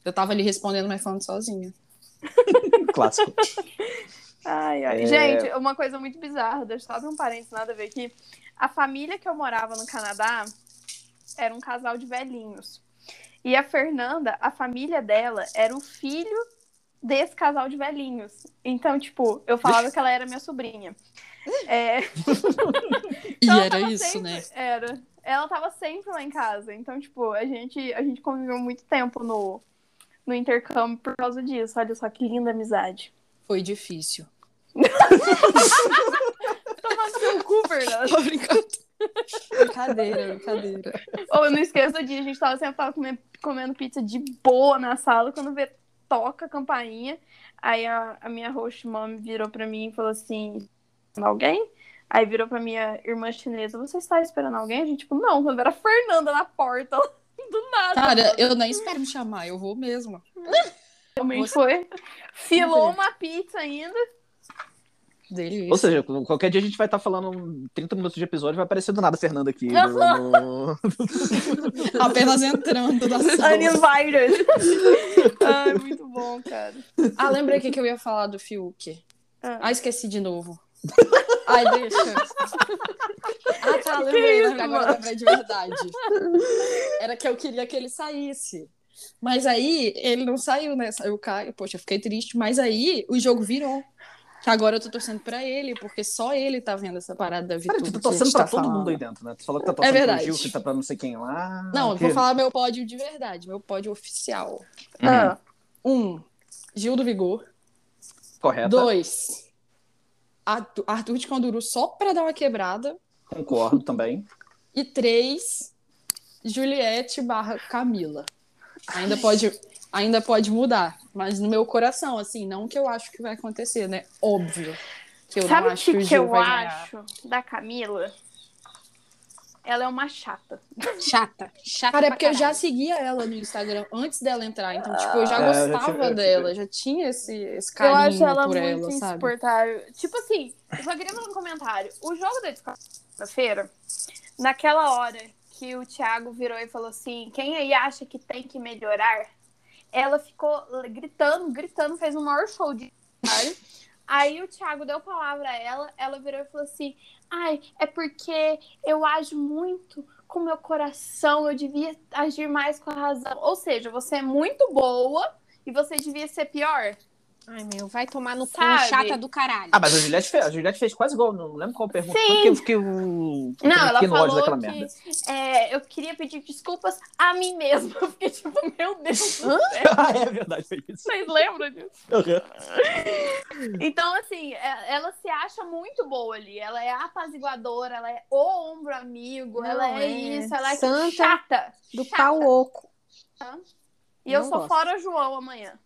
Eu tava ali respondendo, mas falando sozinha.
Clássico.
Ai, ai.
É.
Gente, uma coisa muito bizarra, deixa eu só abrir um parênteses, nada a ver aqui. A família que eu morava no Canadá era um casal de velhinhos. E a Fernanda, a família dela era o filho desse casal de velhinhos. Então, tipo, eu falava que ela era minha sobrinha. É,
E
então ela
era
tava
isso,
sempre-
né?
Era. Ela tava sempre lá em casa. Então, tipo, a gente, a gente conviveu muito tempo no, no intercâmbio por causa disso. Olha só que linda amizade.
Foi difícil.
Tomando seu cu, Fernanda.
Tô brincando. Brincadeira, brincadeira.
Ou eu não esqueço de a gente tava sentado comendo, comendo pizza de boa na sala, quando vê toca a campainha. Aí a, a minha host mom virou pra mim e falou assim: "Esperando alguém? Aí virou pra minha irmã chinesa: Você está esperando alguém? A gente, tipo, não, quando era a Fernanda na porta, do nada.
Cara, eu nem espero me chamar, eu vou mesmo.
Realmente foi. Filou uma pizza ainda.
Delícia.
Ou seja, qualquer dia a gente vai estar falando 30 minutos de episódio e vai aparecer do nada a Fernanda aqui.
Não.
no- no-
Apenas entrando na sala.
Uninvited. né? Ai, muito bom, cara.
Ah, lembrei o que, que eu ia falar do Fiuk.
Ah.
Ah, esqueci de novo. Ai, deixa. Ah, tá, lembrei,
isso,
lembrei, agora
mano?
eu lembrei de verdade. Era que eu queria que ele saísse. Mas aí, ele não saiu, né? Saiu o Caio, poxa, eu fiquei triste. Mas aí, o jogo virou. Que agora eu tô torcendo pra ele, porque só ele tá vendo essa parada da
Cara,
vitória.
tu tá torcendo pra todo mundo aí dentro, né? Tu falou que tá torcendo pro
verdade.
Gil, que tá pra não sei quem lá.
Não, eu
que...
vou falar meu pódio de verdade, meu pódio oficial.
Uhum,
Um, Gil do Vigor.
Correto,
Dois, Arthur, Arthur de Conduru só pra dar uma quebrada.
concordo também.
E três, Juliette barra Camila. Ainda pode, ainda pode mudar, mas no meu coração, assim, não que eu acho que vai acontecer, né? Óbvio. Que eu
Sabe
não
o
acho
que,
que o
que
Gil
eu
vai ganhar.
acho da Camila? Ela é uma chata.
Chata. Chata.
Cara, é
pra
porque eu já
caralho.
seguia ela no Instagram antes dela entrar, então, tipo, eu já
Ah, eu já
gostava
tinha- eu-
dela, já tinha esse, esse
Eu
carinho
acho ela
por
muito
ela, sabe?
insuportável. Tipo assim, eu só queria fazer um comentário. O jogo da discórdia-feira, naquela hora que o Thiago virou e falou assim: quem aí acha que tem que melhorar? Ela ficou gritando, gritando, fez um maior show de. Aí o Thiago deu palavra a ela, ela virou e falou assim: Ai, é porque eu ajo muito com meu coração, eu devia agir mais com a razão. Ou seja, você é muito boa e você devia ser pior.
Ai, meu, vai tomar no cu,
Sabe?
é chata do caralho.
Ah, mas a Juliette fez, a Juliette fez quase igual, não lembro qual pergunta.
Sim.
Porque eu fiquei o.
Não, ela
que
falou
nojo daquela
que
merda.
é, eu queria pedir desculpas a mim mesma. Eu fiquei tipo, meu Deus, do céu,
ah, é verdade, foi isso.
vocês lembram disso?
Uhum.
Então, assim, é- ela se acha muito boa ali. Ela é apaziguadora, ela é o ombro amigo,
Não,
ela é,
é
isso, ela é
santa
chata.
do
chata.
pau oco.
E eu
Não
sou
gosto.
fora João amanhã.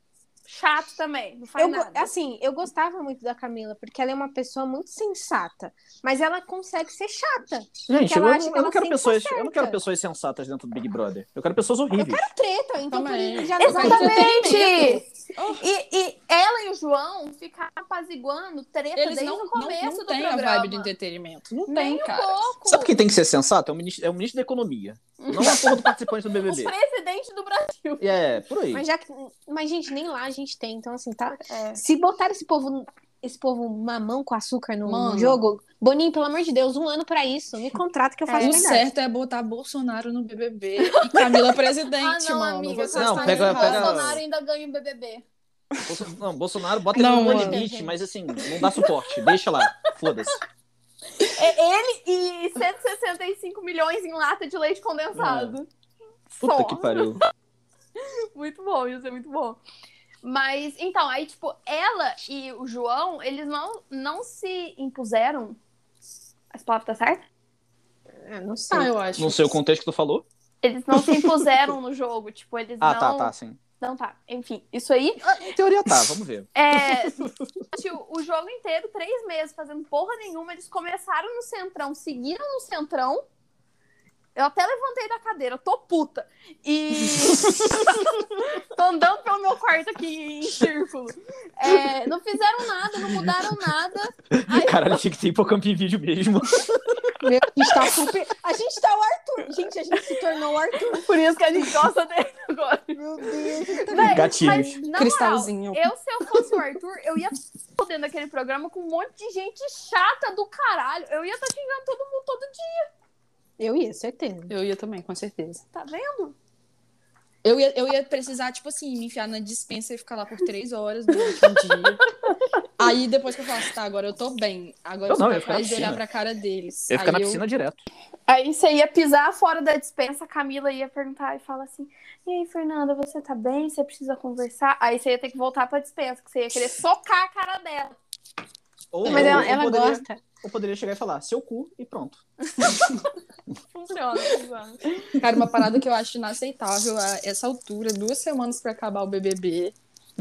Chato também, não faz
Eu, go-
nada.
assim, eu gostava muito da Camila, porque ela é uma pessoa muito sensata. Mas ela consegue ser chata.
Gente,
Porque ela
eu, não-
acha que
eu não
ela
quero
sempre tá
pessoas, eu não quero
certa.
pessoas sensatas dentro do Big Brother. Eu quero pessoas horríveis.
Treta, então por
Também.
isso já não vai
Exatamente!
Oh.
E, e ela e o João ficaram apaziguando treta
Eles
desde
não,
o começo
não, não
do
tem
programa.
a vibe do entretenimento. Não
Nem
tem,
um
cara.
pouco.
Sabe quem tem que ser sensato? É o ministro, é o ministro da Economia. Não é a porra do participante do
O
BBB.
presidente do Brasil.
É, por aí.
Mas já que- mas gente, nem lá a gente tem, então assim, tá?
É.
Se botar esse povo esse povo mamão com açúcar no, no
Mano.
jogo, Boninho, pelo amor de Deus, um ano pra isso, me contrata que eu faço
O
melhor.
certo é botar Bolsonaro no BBB e Camila
Ah,
presidente,
não,
mano.
amiga. tá
Vocês
Não,
estão
pega-
errados.
pega-
Bolsonaro ainda ganha o BBB.
Bolso- Não, Bolsonaro bota
Não,
ele no
mano.
limite, mas assim, não dá suporte. Deixa lá. Foda-se.
É ele e 165 milhões em lata de leite condensado.
É. Puta
Só.
que pariu.
Muito bom, isso é muito bom. Mas, então, aí, tipo, ela e o João, eles não, não se impuseram. As palavras tá certo?
Ah, não sei.
Ah, eu acho.
Não sei o contexto que tu falou.
Eles não se impuseram no jogo. Tipo, eles
Ah,
não.
tá, tá, sim.
Não tá. Enfim, isso aí.
Em teoria tá, vamos ver.
É, tio, o jogo inteiro, três meses, fazendo porra nenhuma. Eles começaram no centrão, seguiram no centrão. Eu até levantei da cadeira, eu tô puta. E. tô andando pelo meu quarto aqui em círculo. É, não fizeram nada, não mudaram nada. Aí
Caralho, tinha que ter hipocampo em vídeo mesmo.
Meu, a gente tá
um
super. A gente tá o Arthur. Gente, a gente se tornou o Arthur.
Por isso que a gente gosta dele agora.
Meu Deus.
Véi,
Gatilhos.
mas, na
Cristalzinho.
moral, eu, se eu fosse o Arthur, eu ia fodendo naquele programa com um monte de gente chata do caralho. Eu ia estar xingando todo mundo todo dia,
Eu ia, certeza.
Eu ia também, com certeza.
tá vendo?
Eu ia, eu ia precisar, tipo assim, me enfiar na dispensa e ficar lá por três horas durante um dia. Aí depois que eu falasse, tá, agora eu tô bem. Agora
Eu
eu sou
não, eu ia ficar na
capaz de olhar
piscina.
pra cara deles.
Eu ia ficar
Aí
na piscina direto.
Aí você ia pisar fora da dispensa, a Camila ia perguntar e fala assim: E aí, Fernanda, você tá bem? Você precisa conversar? Aí você ia ter que voltar pra dispensa, que você ia querer socar a cara dela.
Ou,
Mas
ou-
ela,
ou
ela
poderia,
gosta.
Ou poderia chegar e falar, seu cu e pronto.
Funciona, funciona.
Cara, uma parada que eu acho inaceitável a essa altura, duas semanas pra acabar o BBB.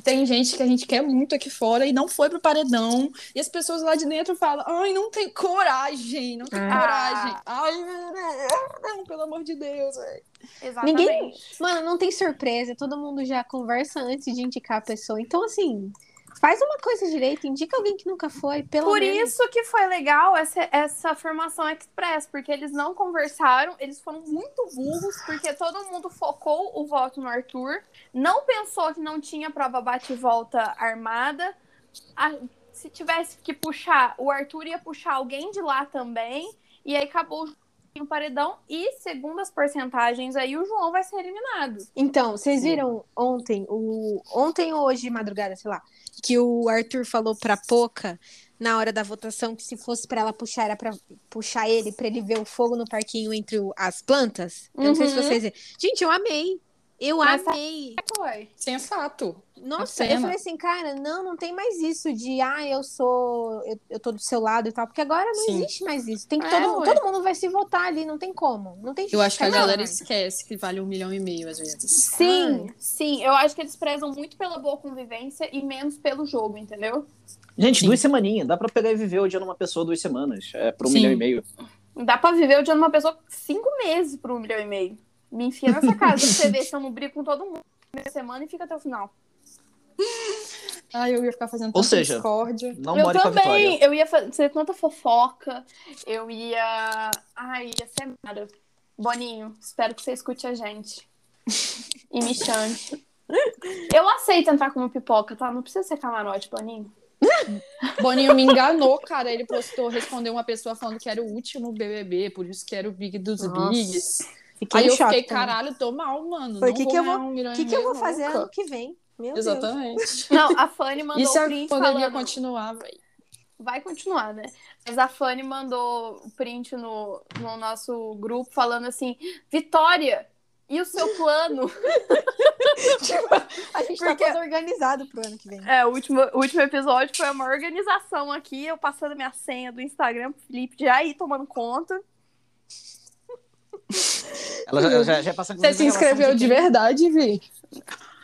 Tem gente que a gente quer muito aqui fora e não foi pro paredão. E as pessoas lá de dentro falam: ai, não tem coragem, não tem
Ah.
coragem. Ai, não, pelo amor de Deus. é. velho.
Exatamente.
Ninguém. Mano, não tem surpresa. Todo mundo já conversa antes de indicar a pessoa. Então, assim, faz uma coisa direito. Indica alguém que nunca foi. Pelo
Por
menos.
isso que foi legal essa, essa formação express, porque eles não conversaram, eles foram muito burros, porque todo mundo focou o voto no Arthur, não pensou que não tinha prova bate-volta armada. A- se tivesse que puxar, o Arthur ia puxar alguém de lá também, e aí acabou o paredão, e segundo as porcentagens aí, o João vai ser eliminado.
Então, vocês viram ontem, o... ontem ou hoje de madrugada, sei lá, que o Arthur falou pra Poca, na hora da votação, que se fosse pra ela puxar, era pra puxar ele, pra ele ver o fogo no parquinho entre o- as plantas. Eu não sei se
Uhum.
vocês. Gente, eu amei. Eu
Mas tá-
amei.
Foi.
Sensato.
Nossa, eu
cena.
falei assim, cara, não, não tem mais isso de, ah, eu sou, eu, eu tô do seu lado e tal, porque agora não
Sim.
existe mais isso. Tem que
É,
todo, mundo-
ué.
todo mundo vai se votar ali, não tem como. Não tem
Eu acho que a
justificativa
galera
mais.
esquece que vale um milhão e meio às vezes.
Sim, sim, eu acho que eles prezam muito pela boa convivência e menos pelo jogo, entendeu?
Gente,
Sim.
duas semaninhas. Dá pra pegar e viver odiando uma pessoa duas semanas. É, por um
Sim.
milhão e meio.
Dá pra viver odiando uma pessoa cinco meses por um milhão e meio. Me enfia nessa casa pra você ver se eu não brigo com todo mundo na primeira semana e fica até o final.
Ai, eu ia ficar fazendo
Ou
tanta
seja,
discórdia.
Não
eu
more com a
também,
vitória.
eu ia fazer tanta fofoca, eu ia. Ai, ia ser mara. Boninho, espero que você escute a gente. E me chame. Eu aceito entrar como pipoca, tá? Não precisa ser camarote, Boninho.
Boninho me enganou, cara. Ele postou, respondeu uma pessoa falando que era o último BBB, por isso que era o Big dos
Nossa.
Bigs.
Fiquei
Aí eu
chata.
fiquei, caralho, tô mal, mano.
Falei,
Não
que
vou
que eu
ganhar
vou-
um milhão
O né,
e
que, que eu vou
meio
fazer
nunca.
ano que vem? Meu Deus.
Exatamente.
Não, a Fanny mandou
E se
o
a
print
pandemia
falando.
é continuar, velho?
Vai continuar, né? Mas a Fanny mandou o print no, no nosso grupo falando assim: Vitória, e o seu plano?
A gente
Porque-
tá todo organizado pro ano que vem.
é, o último, o último episódio foi uma organização aqui, eu passando minha senha do Instagram pro Felipe já aí tomando conta.
Ela já, ela já, já passa
Você se inscreveu de verdade, Vi?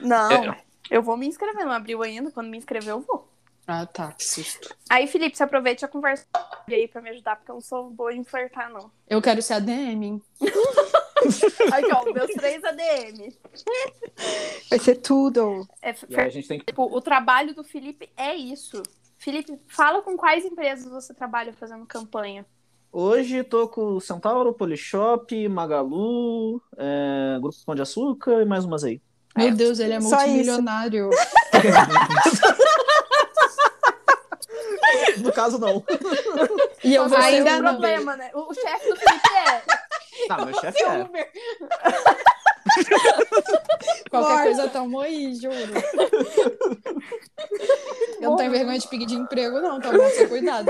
Não, eu vou me inscrever, não abriu ainda. Quando me inscrever, eu vou.
Ah, tá, que susto.
Aí, Felipe, você aproveita e já conversa aí pra me ajudar, porque eu não sou boa em flertar, não.
Eu quero ser a DM. hein?
Aqui, ó, meus três ADM.
Vai ser tudo.
É
E aí a gente tem que...
Tipo, o trabalho do Felipe é isso. Felipe, fala com quais empresas você trabalha fazendo campanha.
Hoje tô com o Centauro, Polishop, Magalu, é, Grupo Pão de Açúcar e mais umas aí.
Meu Deus, ele é
Só isso.
multimilionário.
No caso, não.
E eu
Só
vou
tem
ser
um
ainda
problema, né? O, o chefe do Felipe é.
Tá, meu chefe é.
Qualquer
Corta.
coisa tamo aí, juro. Eu não tenho vergonha de pedir de emprego, não, então vou ser cuidado.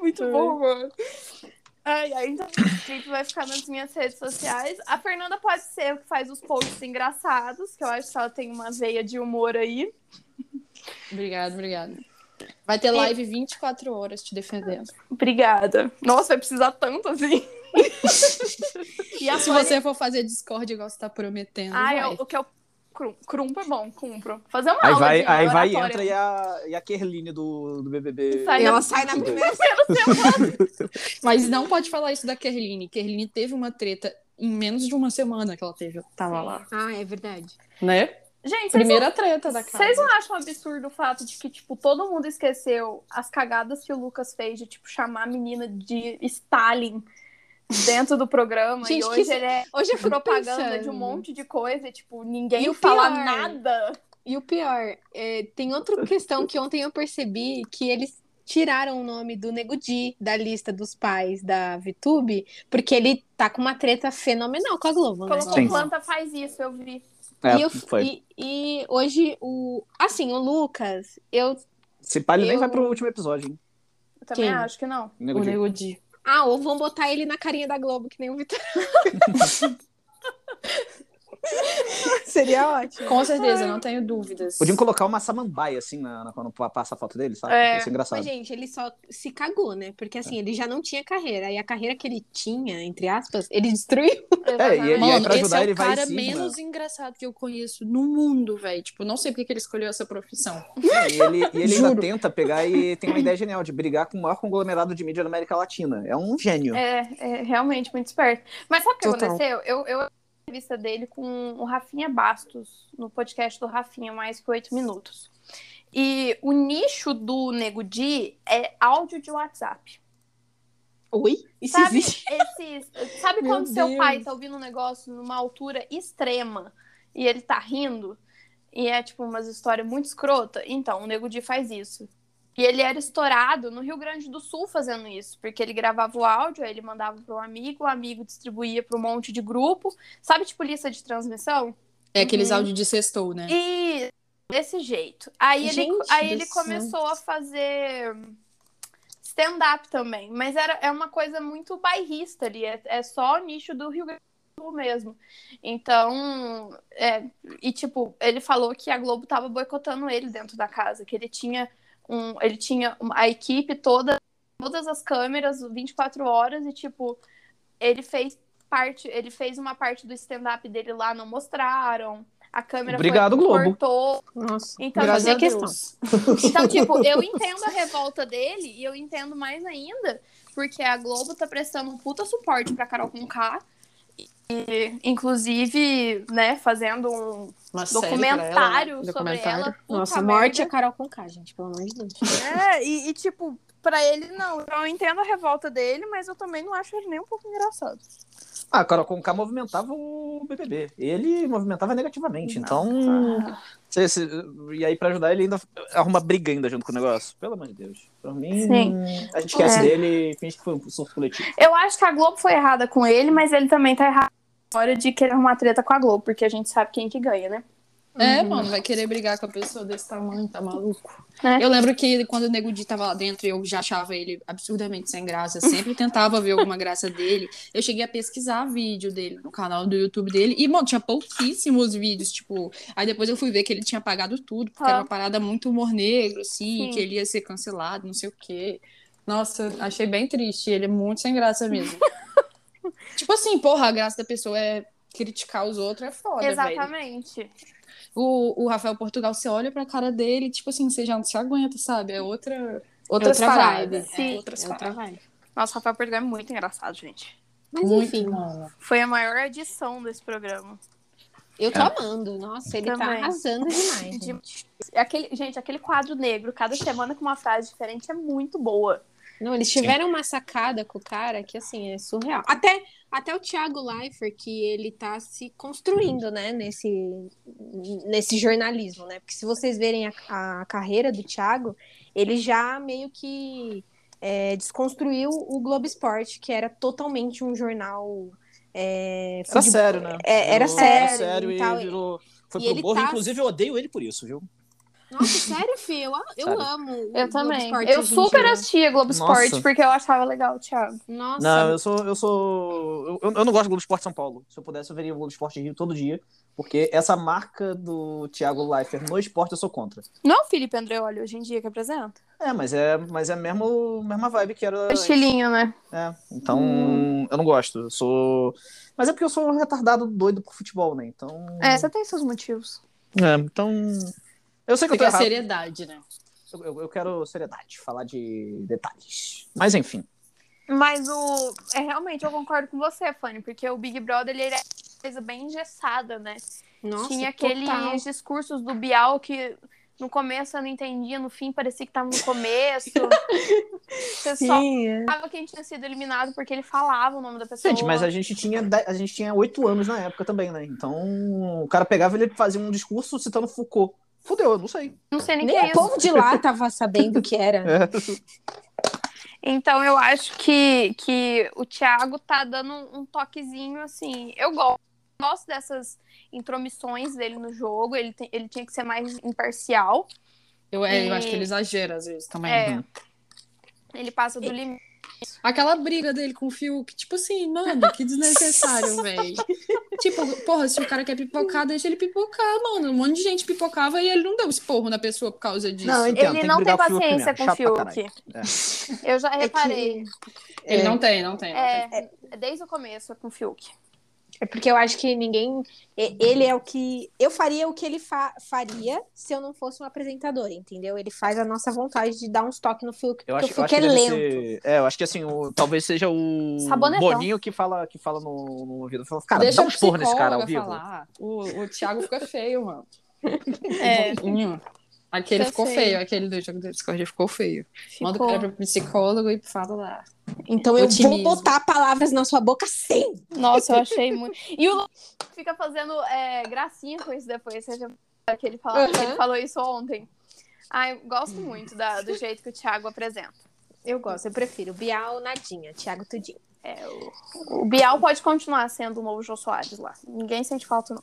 muito bom, mano. Ai, ai, então o Felipe vai ficar nas minhas redes sociais. A Fernanda pode ser o que faz os posts engraçados, que eu acho que ela tem uma veia de humor aí.
Obrigado, obrigado. Vai ter live 24 horas te defendendo.
Obrigada. Nossa, vai precisar tanto assim.
E se você for fazer Discord igual você tá prometendo,
Ai,
vai.
eu- o que eu Crum, crumpo é bom, cumpro. Fazer uma
Aí
aula
vai,
de
aí vai e
oratória.
entra e a, e a Kerline do, do BBB.
E sai
E ela
na-
sai na primeira.
Mas não pode falar isso da Kerline. Kerline teve uma treta em menos de uma semana que ela teve. Tava lá.
Ah, é verdade.
Né?
Gente, vocês
Primeira treta da casa.
Vocês não acham absurdo o fato de que, tipo, todo mundo esqueceu as cagadas que o Lucas fez de, tipo, chamar a menina de Stalin dentro do programa?
Gente,
e hoje
que-
ele é
Hoje eu fico
propaganda
pensando.
de um monte de coisa e, tipo, ninguém
E o
fala
pior?
nada.
E o pior, é, tem outra questão que ontem eu percebi que eles tiraram o nome do Nego Di da lista dos pais da VTube, porque ele tá com uma treta fenomenal com a Globo, né?
Colocou
Sim.
planta faz isso, eu vi.
É,
e, eu-
foi.
e- e hoje o. Assim, o Lucas, eu.
Se pá, ele nem
eu-
vai pro último episódio, hein?
Eu também
Quem?
acho que não.
Nego
O
Di.
Nego Di.
Ah, ou vão botar ele na carinha da Globo, que nem o Vitor. Seria ótimo.
Com certeza, não tenho dúvidas.
Podiam colocar uma samambaia, assim, na, na- quando pa- passa a foto dele, sabe?
É.
Isso é engraçado.
Mas, gente, ele só se cagou, né? Porque
É.
assim, ele já não tinha carreira. E a carreira que ele tinha, entre aspas, ele destruiu.
É, e- e aí
Mano,
pra
esse
ajudar,
é o
ele vai em
cara
cima.
menos engraçado que eu conheço no mundo, velho. Tipo, não sei porque que ele escolheu essa profissão.
E ele, e ele ainda
Juro.
tenta pegar e tem uma ideia genial de brigar com o maior conglomerado de mídia da América Latina. É um gênio.
É, é realmente muito esperto. Mas sabe o que
Total.
aconteceu? Eu, eu a entrevista dele com o Rafinha Bastos, no podcast do Rafinha, mais que oito minutos. E o nicho do Nego Di é áudio de WhatsApp.
Oi? Isso
Sabe,
existe?
esses- sabe
Meu
quando seu
Deus.
pai tá ouvindo um negócio numa altura extrema e ele tá rindo? E é tipo umas histórias muito escrota? Então, o Nego Di faz isso. E ele era estourado no Rio Grande do Sul fazendo isso, porque ele gravava o áudio, aí ele mandava pro amigo, o amigo distribuía para um monte de grupo. Sabe, tipo, lista de transmissão?
É aqueles
Uhum.
áudios de sextou, né?
E desse jeito. Aí ele,
Gente
aí
do
ele
céu.
começou a fazer stand-up também. Mas era, é uma coisa muito bairrista ali. É, é só o nicho do Rio Grande do Sul mesmo. Então, é, e tipo, ele falou que a Globo tava boicotando ele dentro da casa, que ele tinha um, ele tinha uma- a equipe toda, todas as câmeras 24 horas e tipo, ele fez parte, ele fez uma parte do stand-up dele lá, não mostraram. A câmera
Obrigado,
foi,
Globo.
cortou.
Nossa.
Então,
Graças
tipo,
a Deus.
então, tipo, eu entendo a revolta dele e eu entendo mais ainda, porque a Globo tá prestando um puta suporte pra Carol Conká. E, inclusive, né, fazendo um
Uma série pra ela, né?
documentário sobre
Documentário.
ela. Puta
Nossa, morte é
merda.
Carol Conká, gente, pelo amor de Deus.
É, e, e, tipo, pra ele não. Eu entendo a revolta dele, mas eu também não acho ele nem um pouco engraçado.
Ah, a Carol Conká movimentava o BBB. Ele movimentava negativamente.
tá. Hum.
Então. cê- cê- e aí, pra ajudar, ele ainda arruma briga ainda junto com o negócio. Pelo amor de Deus. Pra mim,
Sim.
a gente esquece
É.
dele e finge que foi um surto coletivo.
Eu acho que a Globo foi errada com ele, mas ele também tá errado na hora de querer arrumar treta com a Globo, porque a gente sabe quem que ganha, né?
É, mano, vai querer brigar com a pessoa desse tamanho, tá maluco?
É.
Eu lembro que quando o Nego Di tava lá dentro, eu já achava ele absurdamente sem graça. Sempre tentava ver alguma graça dele. Eu cheguei a pesquisar vídeo dele no canal do YouTube dele. E, mano, tinha pouquíssimos vídeos, tipo... Aí depois eu fui ver que ele tinha apagado tudo, porque
Ah.
era uma parada muito humor negro, assim,
Sim.
que ele ia ser cancelado, não sei o quê. Nossa, achei bem triste. Ele é muito sem graça mesmo. tipo assim, porra, a graça da pessoa é... Criticar os outros é foda, velho.
Exatamente.
O, o Rafael Portugal, você olha pra cara dele, tipo assim, você já não se aguenta, sabe? É outra, outras
outra
paradas.
vibe.
É,
Sim,
outras
É outra
paradas.
vibe.
Nossa, o Rafael Portugal é muito engraçado, gente.
Mas enfim,
mano.
Foi a maior edição desse programa.
eu tô amando. Nossa, ele tá
Também.
arrasando demais.
De-
gente.
Aquele, gente, aquele quadro negro, cada semana com uma frase diferente, é muito boa.
Não, eles tiveram uma sacada com o cara que, assim, é surreal. Até, até o Thiago Leifert, que ele tá se construindo, né, nesse, nesse jornalismo, né? Porque se vocês verem a, a carreira do Thiago, ele já meio que é, desconstruiu o Globo Esporte, que era totalmente um jornal. é,
Era
futebol-
sério, né?
É, era
Virou-
sério,
e
então,
virou. Foi
e
pro
ele
gorro.
tá-
Inclusive, eu odeio ele por isso, viu?
Nossa, sério, Fê? Eu, eu
Sério.
amo. o
Eu
Globo
também.
Esporte
Eu
hoje em
super
dia.
assistia Globo
Nossa.
Esporte, porque eu achava legal o Thiago.
Nossa,
Não, eu sou. Eu sou. Eu, eu não gosto do Globo Esporte São Paulo. Se eu pudesse, eu veria o Globo Esporte Rio todo dia. Porque essa marca do Thiago Leifert no esporte eu sou contra.
Não é o Felipe Andreoli hoje em dia que apresenta?
É, mas é, mas é a mesma, mesma vibe que era.
Estilinho, né?
É, então,
Hum.
eu não gosto. Eu sou. Mas é porque eu sou um retardado doido por futebol, né? Então.
É, você tem seus motivos.
É, então. Eu sei que eu tô
Fica a
errado.
seriedade, né?
Eu, eu- eu quero seriedade, falar de detalhes. Mas enfim.
Mas o. É, realmente, eu concordo com você, Fanny, porque o Big Brother ele é uma coisa bem engessada, né?
Nossa,
Tinha aqueles
total.
discursos do Bial que no começo eu não entendia, no fim parecia que tava no começo. você só
Sim, é.
achava quem tinha sido eliminado porque ele falava o nome da pessoa.
Gente, mas a gente tinha de- a gente tinha oito anos na época também, né? Então, o cara pegava e ele fazia um discurso citando Foucault. Fudeu, eu não sei.
Não sei nem,
Nem
quem é
o povo de lá tava sabendo o que era.
É.
Então eu acho que, que o Thiago tá dando um um toquezinho assim. Eu gosto, gosto dessas intromissões dele no jogo. Ele, tem- ele tinha que ser mais imparcial.
Eu, é, eu acho
E-
que ele exagera às vezes também.
É.
Uhum.
Ele passa do limite.
Aquela briga dele com o Fiuk, tipo assim, mano, que desnecessário, velho. Tipo, porra, se o cara quer pipocar, deixa ele pipocar, mano. Um monte de gente pipocava e ele não deu esporro na pessoa por causa disso.
Não, eu- Entendo,
Ele
então, tem que
não tem
brigar com o Fiuk
paciência
mesmo,
com o
chato pra
Fiuk. Eu já
É
reparei.
que-
ele não tem, não tem. não tem.
É, é desde o começo com o Fiuk.
É porque eu acho que ninguém. e- Ele é o que. Eu faria o que ele fa- faria se eu não fosse uma apresentadora, entendeu? Ele faz a nossa vontade de dar uns toques no Fiuk,
Eu
porque
acho,
o
eu
Fiuk
acho
é
que deve
lento.
ser- é, eu acho que assim, o- talvez seja o
Sabonetão.
Boninho que fala, que fala no, no ouvido. Fala, cara,
Deixa
dá um
a
esporro nesse cara ao
psicóloga
vivo.
falar. O, o Thiago fica feio, mano.
É,
Hum, Aquele
Fica
ficou
feio.
feio. aquele do jogo da Discord ficou feio. Manda o
ficou-
cara pro psicólogo e fala lá.
Então eu
Otimismo.
vou botar palavras na sua boca sim.
Nossa, eu achei muito. E o Lu fica fazendo é, gracinha com isso depois. Seja que ele, fala-
Uhum.
que ele falou isso ontem. Ah, eu gosto muito da- do jeito que o Thiago apresenta.
Eu gosto, eu prefiro. Bial Nadinha, Thiago Tudinho.
É, o, o Bial pode continuar sendo o novo Jô Soares lá. Ninguém sente falta, não.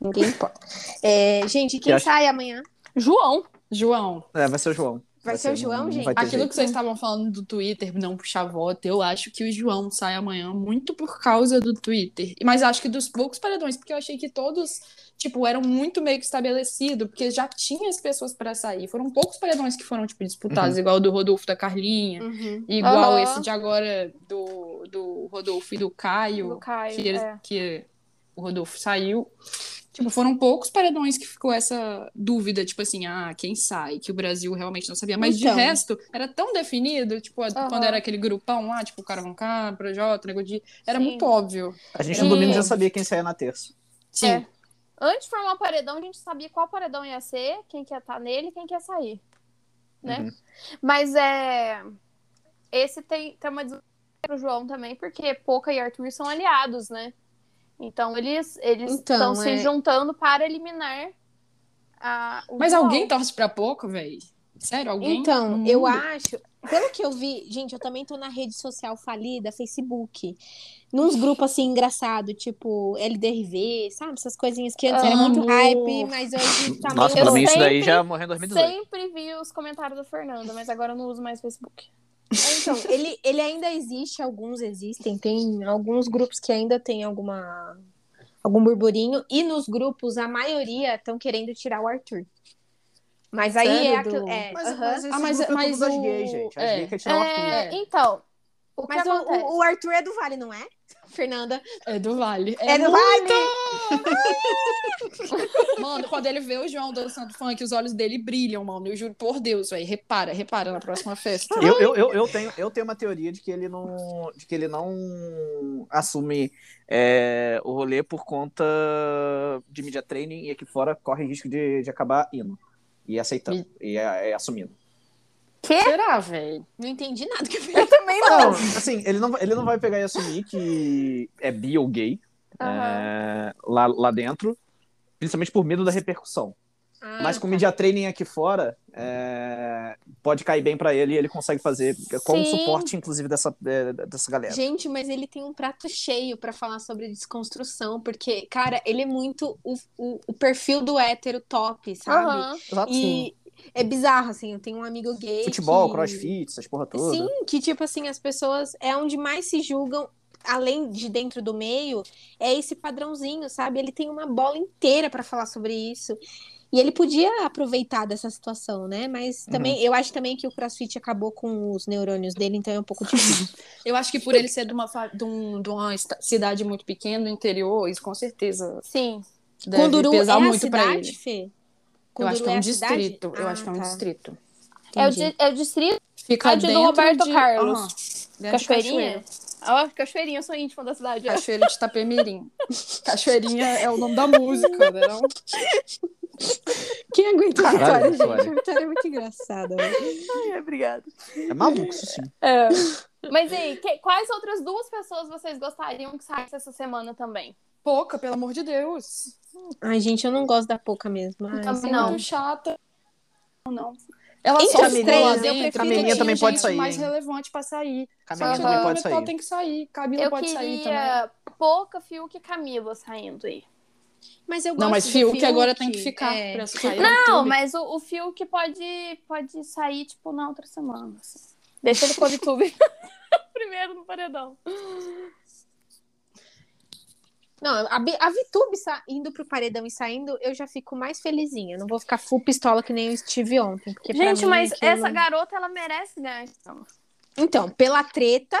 Ninguém importa. É, gente, quem
Eu acho-
sai amanhã?
João.
João,
É, vai ser o João.
Vai ser o João,
não
gente?
vai ter
aquilo
jeito.
que vocês estavam falando do Twitter, não puxar voto, eu acho que o João sai amanhã muito por causa do Twitter. Mas acho que dos poucos paredões, porque eu achei que todos, tipo, eram muito meio que estabelecido, porque já tinha as pessoas pra sair. Foram poucos paredões que foram, tipo, disputados, igual o do Rodolfo da Carlinha,
Uhum.
igual
Aham.
esse de agora do, do Rodolfo e do Caio.
Do Caio.
que, eles-
é.
que o Rodolfo saiu. Tipo, foram poucos paredões que ficou essa dúvida, tipo assim, ah, quem sai? Que o Brasil realmente não sabia. Mas
Então.
de resto, era tão definido, tipo,
Aham.
quando era aquele grupão lá, tipo, o cara vão cá, Projota, Nego de. Era
Sim.
muito óbvio.
A gente no domingo já sabia quem saía na terça.
Sim.
É. Antes de formar o paredão, a gente sabia qual paredão ia ser, quem quer estar nele e quem quer sair. Né?
Uhum.
Mas é. Esse tem, tem uma desvantagem pro João também, porque Poca e Arthur são aliados, né? Então eles eles
Então,
estão
é.
se juntando para eliminar a, o
Mas
João.
alguém torce pra pouco, velho? Sério, alguém?
Então,
No
eu
mundo?
acho, pelo que eu vi, gente, eu também tô na rede social falida, Facebook. Nos grupos assim, engraçado, tipo LDRV, sabe? Essas coisinhas que antes era muito
Amo.
hype, mas hoje tá
Nossa,
meio.
pra mim isso daí
sempre-
já morreu em 2018.
Sempre vi os comentários da Fernanda, mas agora eu não uso mais Facebook.
Então, ele, ele ainda existe, alguns existem, tem alguns grupos que ainda tem alguma algum burburinho e nos grupos a maioria estão querendo tirar o Arthur. Mas aí
Sério,
é aquilo,
Du?
é,
Mas,
aham.
mas esse
Ah, mas-
grupo é
mas
tudo das
o-
gays, gente. As
é.
gays querem tirar o Arthur.
É, então, o que
Mas o-
acontece?
o, o Arthur é do Vale, não é? Fernanda.
É do Vale.
É, do Vale!
Mano, quando ele vê o João dançando funk, os olhos dele brilham, mano. Eu juro por Deus, velho. Repara, repara na próxima festa.
Eu, eu, eu, eu tenho, eu tenho uma teoria de que ele não, de que ele não assume é, o rolê por conta de media training e aqui fora corre risco de, de acabar indo. E aceitando, e, é, é, assumindo.
Será, velho?
Não entendi nada que eu falei.
Eu também
Não, assim, ele não, ele não vai pegar e assumir que é bi ou gay é, lá, lá dentro, principalmente por medo da repercussão.
Ah,
Mas
tá.
com media training aqui fora, é, pode cair bem pra ele e ele consegue fazer com o
Sim.
suporte, inclusive, dessa, é, dessa galera.
Gente, mas ele tem um prato cheio pra falar sobre desconstrução, porque, cara, ele é muito o, o, o perfil do hétero top, sabe?
Aham.
Exato, sim.
E é bizarro, assim, eu tenho um amigo gay.
Futebol,
que...
crossfit, essas porra toda.
Sim, que tipo assim, as pessoas é onde mais se julgam, além de dentro do meio, é esse padrãozinho, sabe? Ele tem uma bola inteira pra falar sobre isso. E ele podia aproveitar dessa situação, né? Mas
Uhum.
também, eu acho também que o crossfit acabou com os neurônios dele, então é um pouco difícil.
Eu acho que por ele ser de uma, fa- de um- de uma esta- cidade muito pequena, do interior, isso com certeza
Sim.
deve pesar
é
muito
a
pra
cidade,
ele.
Fê?
Eu acho que é um
Conduru a
distrito.
cidade?
Eu
Ah,
acho que é um
tá.
distrito.
É o,
Entendi.
di- é o distrito
Fica
É de
dentro
Roberto
de...
Carlos.
Aham, dentro É de
Cachoeirinha. Ó, Cachoeirinha, eu sou íntima da cidade. ó.
Cachoeira de Itapemirim. Cachoeirinha é o nome da música, né? Não?
Quem aguenta a Vitória, gente?
Caralho, Vitória.
A Vitória é muito engraçada. né?
Ai, Obrigada.
É maluco, isso sim.
É. Mas e aí, que- quais outras duas pessoas vocês gostariam que saísse essa semana também?
Pouca, pelo amor de Deus.
Ai, gente, eu não gosto da Poca mesmo. Ai,
Então,
Também
sei
não.
lá.
Muito chata. Não. Ela
Entre
só
as
ficou
três,
lá
eu
dentro.
prefiro
a menina
tinha
também pode
gente
sair,
mais
hein?
relevante pra sair.
Caminha
Só que
também
a
pode
Ana Paula
sair.
tem que sair. Camila
Eu
pode sair também.
queria pouca Fiuk e Camila saindo aí.
Mas eu gosto
Não, mas
do
Fiuk agora tem que ficar
É.
pra sair.
Não, mas o, o Fiuk pode, pode sair, tipo, na outra semana. assim. Deixa ele com o YouTube. Primeiro no paredão.
Não, a, Bi- a VTube sa- indo pro paredão e saindo, eu já fico mais felizinha. Não vou ficar full pistola que nem eu estive ontem. Porque pra
Gente,
mim
mas
aquilo-
essa garota, ela merece ganhar. então.
Então, pela treta,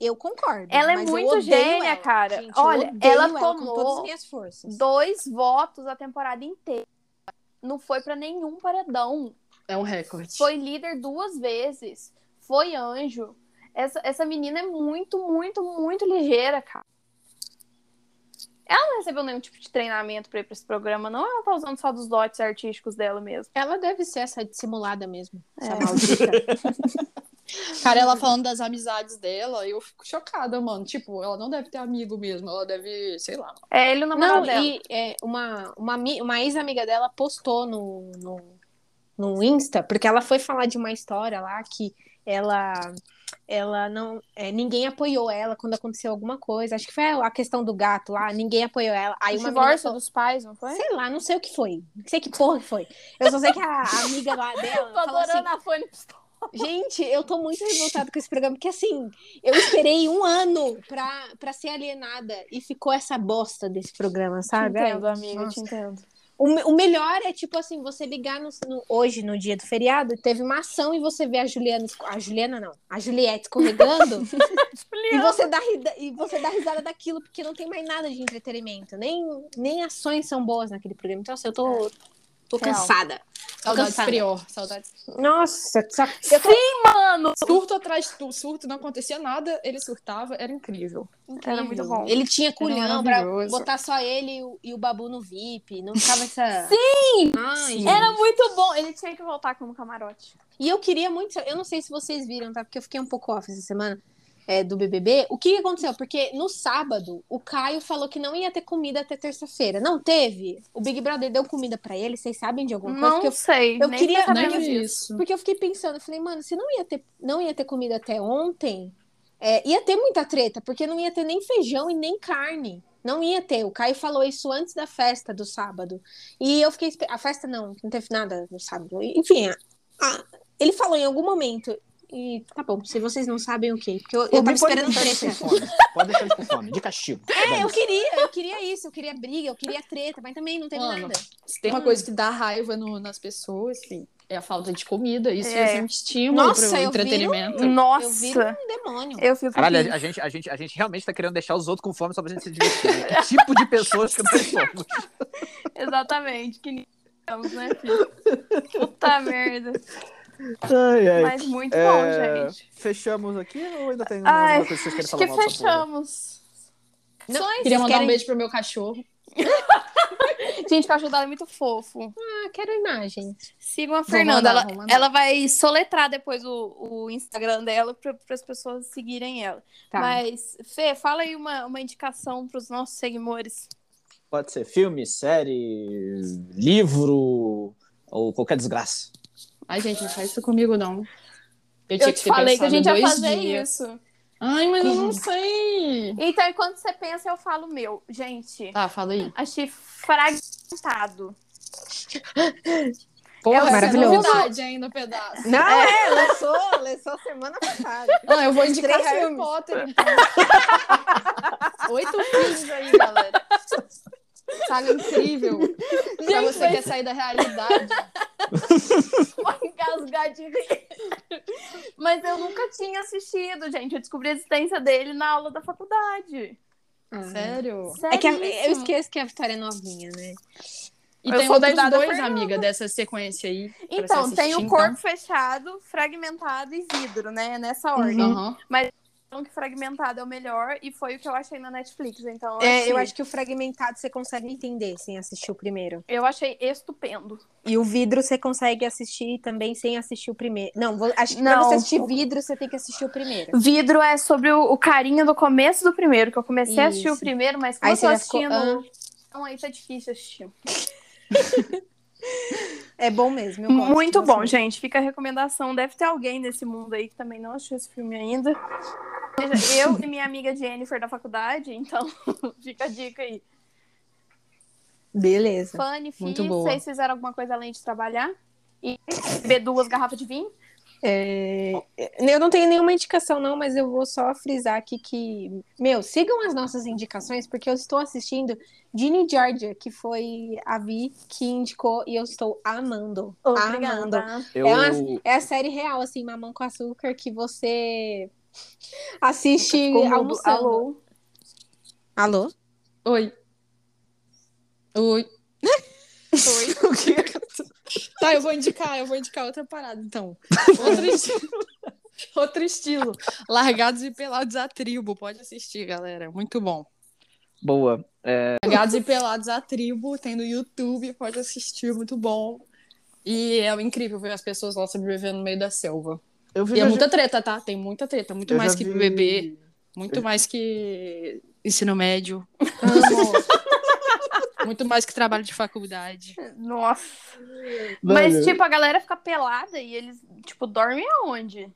eu concordo.
Ela é
mas eu
muito
odeio
gênia,
ela.
cara.
Gente, eu
Olha,
odeio
ela
com
tomou
todas as minhas forças.
dois votos a temporada inteira. Não foi pra nenhum paredão.
É um recorde.
Foi líder duas vezes. Foi anjo. Essa, essa menina é muito, muito, muito ligeira, cara. Ela não recebeu nenhum tipo de treinamento pra ir pra esse programa, não? Ela tá usando só dos dotes artísticos dela mesmo.
Ela deve ser essa dissimulada mesmo. Essa
É.
maldita.
Cara, ela falando das amizades dela, eu fico chocada, mano. Tipo, ela não deve ter amigo mesmo. Ela deve, sei lá.
É ele o namorado
Não,
dela.
e é, uma, uma, ami- uma ex-amiga dela postou no, no, no Insta, porque ela foi falar de uma história lá que ela ela não é, ninguém apoiou ela quando aconteceu alguma coisa acho que foi a questão do gato lá ninguém apoiou ela aí
o
uma menina
divórcio
falou-
dos pais, não foi?
Sei lá, não sei o que foi. Não sei que porra que foi. Eu só sei que a amiga lá dela
Tô
falou assim:
adorando a fone.
Gente, eu tô muito revoltada com esse programa, porque assim, eu esperei um ano pra, pra ser alienada e ficou essa bosta desse programa, sabe? Ai,
entendo, amiga,
nossa.
te entendo.
O, me- o melhor é, tipo assim, você ligar no, no- hoje, no dia do feriado, teve uma ação e você vê a Juliana. esco- A Juliana não, a Juliette escorregando. e, você dá, rida- e você dá risada daquilo, porque não tem mais nada de entretenimento. Nem, nem ações são boas naquele programa. Então, assim, eu tô, tô
É. Real.
cansada.
Saudades
cansada.
prior. Saudades.
Nossa, só- eu tô
Sim, mano!
Surto atrás do surto, não acontecia nada. Ele surtava, era incrível.
Era muito bom.
Ele tinha culhão pra
maravilhoso.
botar só ele e o, e o Babu no VIP. Não ficava essa.
Sim!
Ai,
Sim.
gente.
Era muito bom. Ele tinha que voltar como camarote.
E eu queria muito. Eu não sei se vocês viram, tá? Porque eu fiquei um pouco off essa semana é, do BBB. O que que aconteceu? Porque no sábado, o Caio falou que não ia ter comida até terça-feira. Não teve. O Big Brother deu comida pra ele. Vocês sabem de alguma coisa?
Não
Porque eu,
sei.
eu
nem
queria-
é
sei
nem
se é
vi.
eu-
isso.
porque eu fiquei pensando. Eu falei, mano, se não ia ter, não ia ter comida até ontem, é, ia ter muita treta. Porque não ia ter nem feijão e nem carne. Não ia ter. O Caio falou isso antes da festa do sábado. E eu fiquei. espe- A festa não, não teve nada no sábado. Enfim, ah, ele falou em algum momento. E tá bom, se vocês não sabem o quê? Porque eu, eu tava
Pode
esperando
deixar eles
treta.
com fome. Pode deixar eles com fome. De castigo.
É, eu queria, eu queria isso, eu queria briga, eu queria treta, mas também não teve
Mano.
nada.
Se tem uma coisa que dá raiva no- nas pessoas, assim, é a falta de comida. Isso
É.
é, um estímulo
Nossa,
pro
eu vi
entretenimento.
Hum,
Eu viro
Nossa!
um demônio.
Eu fico.
Caralho,
triste.
a, a gente, a, gente, a gente realmente tá querendo deixar os outros com fome só pra gente se divertir. né? Que tipo de pessoas que nós somos?
Exatamente, que nem estamos, né, filho? Puta merda.
Ai,
Mas muito
é,
bom, gente.
Fechamos aqui ou ainda tem
Ai,
alguma coisa que vocês querem
Acho
falar
que
mal dessa porra?
fechamos.
Não,
Sonhos.
Queria
Vocês
mandar
querem-
um beijo pro meu cachorro.
Gente, o cachorro dela é muito fofo.
Ah, quero imagem.
Sigam a
mandar,
Fernanda.
vou
ela,
mandar.
ela vai soletrar depois o, o Instagram dela para as pessoas seguirem ela.
Tá.
Mas, Fê, fala aí uma, uma indicação para os nossos seguidores.
Pode ser filme, série, livro ou qualquer desgraça.
Ai, gente, não faz isso comigo, não.
Eu,
tinha
te
ter
falei que a
pensado
gente ia
dois
fazer
dias.
isso.
Ai, mas eu não sei.
Então, enquanto você pensa, eu falo o meu. Gente,
Tá, fala aí.
achei fragmentado.
Porra,
essa é
maravilhoso.
novidade ainda, pedaço.
Não, é, lançou, lançou semana passada.
Ah, eu vou indicar
Três
Harry
filmes.
Potter, então. Oito filmes aí, galera. saga incrível. pra você que quer sair da realidade.
Vou engasgar de rir. Mas eu nunca tinha assistido, gente. Eu descobri a existência dele na aula da faculdade.
Sério?
É que a- eu
Seríssimo.
esqueço que a Vitória é novinha, né?
E
Eu
tem um
sou
outros
da idade da
dois,
Fernanda.
amiga, dessa sequência aí. pra
Então,
você
tem
assistir,
o corpo fechado, fragmentado e vidro, né? Nessa ordem.
Então. Aham.
Então, que fragmentado é o melhor e foi o que eu achei na Netflix. Então, eu,
É,
achei,
eu acho que o fragmentado você consegue entender sem assistir o primeiro.
eu achei estupendo.
E o vidro você consegue assistir também sem assistir o primeiro. Não, vou- acho que pra
Não.
você assistir vidro, você tem que assistir o primeiro.
Vidro é sobre o, o carinho do começo do primeiro, que eu comecei a assistir o
Isso.
primeiro, mas como
Aí
eu tô
você já ficou.
assistindo.
"Ah,
Então, aí tá difícil assistir.
é bom mesmo. eu gosto,
Muito
gosto
bom,
muito.
gente. Fica a recomendação. Deve ter alguém nesse mundo aí que também não assistiu esse filme ainda. Seja Eu e minha amiga Jennifer da faculdade, então fica a dica aí.
Beleza.
Fanny, Fih,
Muito boa.
vocês fizeram alguma coisa além de trabalhar? E beber duas garrafas de vinho?
É, Eu não tenho nenhuma indicação, não, mas eu vou só frisar aqui que. Meu, sigam as nossas indicações, porque eu estou assistindo Ginny Georgia, que foi a Vi que indicou, e eu estou amando.
Ah,
Amando.
Eu,
É uma- É a série real, assim, Mamão com Açúcar, que você assiste
Ficou mudo.
almoçando.
Alô?
Alô?
Oi. Oi.
Oi.
O quê? Tá, eu vou indicar, eu vou indicar outra parada, então. Outro estilo. Outro estilo. Largados e Pelados a Tribo. Pode assistir, galera. Muito bom.
Boa.
Largados e Pelados a Tribo, tem no YouTube, pode assistir, muito bom. E é incrível ver as pessoas lá sobrevivendo no meio da selva.
Eu vi
E é
eu já-
muita treta, tá? Tem muita treta, muito
eu
mais
já
que
vi-
BBB, muito mais que ensino médio, muito mais que trabalho de faculdade.
Nossa.
Velho.
Mas, tipo, a galera fica pelada e eles, tipo, dormem aonde?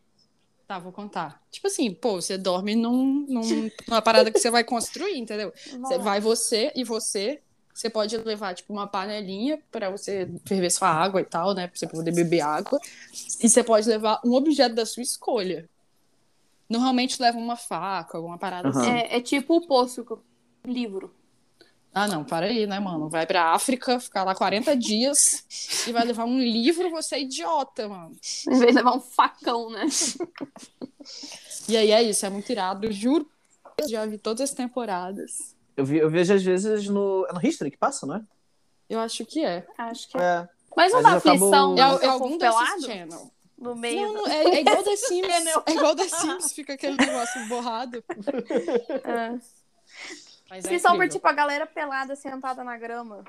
Tá, vou contar. Tipo assim, pô, você dorme num, num- numa parada que você vai construir, entendeu? Você vai você e você. Você pode levar, tipo, uma panelinha pra você ferver sua água e tal, né? Pra você poder beber água. E você pode levar um objeto da sua escolha. Normalmente leva uma faca, alguma parada
Aham.
assim.
É, é tipo o poço, o livro.
Ah, não, para aí, né, mano? Vai pra África, ficar lá 40 dias e vai levar um livro, você é idiota, mano.
Em vez de levar um facão, né?
E aí é isso, é muito irado, juro. Eu já vi todas as temporadas.
eu, vi- eu vejo às vezes no. É no History que passa, não é?
Eu acho que é.
Acho que é.
É.
Mas não
Mas
dá
eles acabam-
aflição
É,
é,
é algum desses
pelado
channel.
no meio?
Não,
do-
não, é, é igual The Sims. É igual The Sims, fica aquele negócio borrado.
É.
Mas
Se
é
são por,
incrível.
tipo, a galera pelada sentada na grama.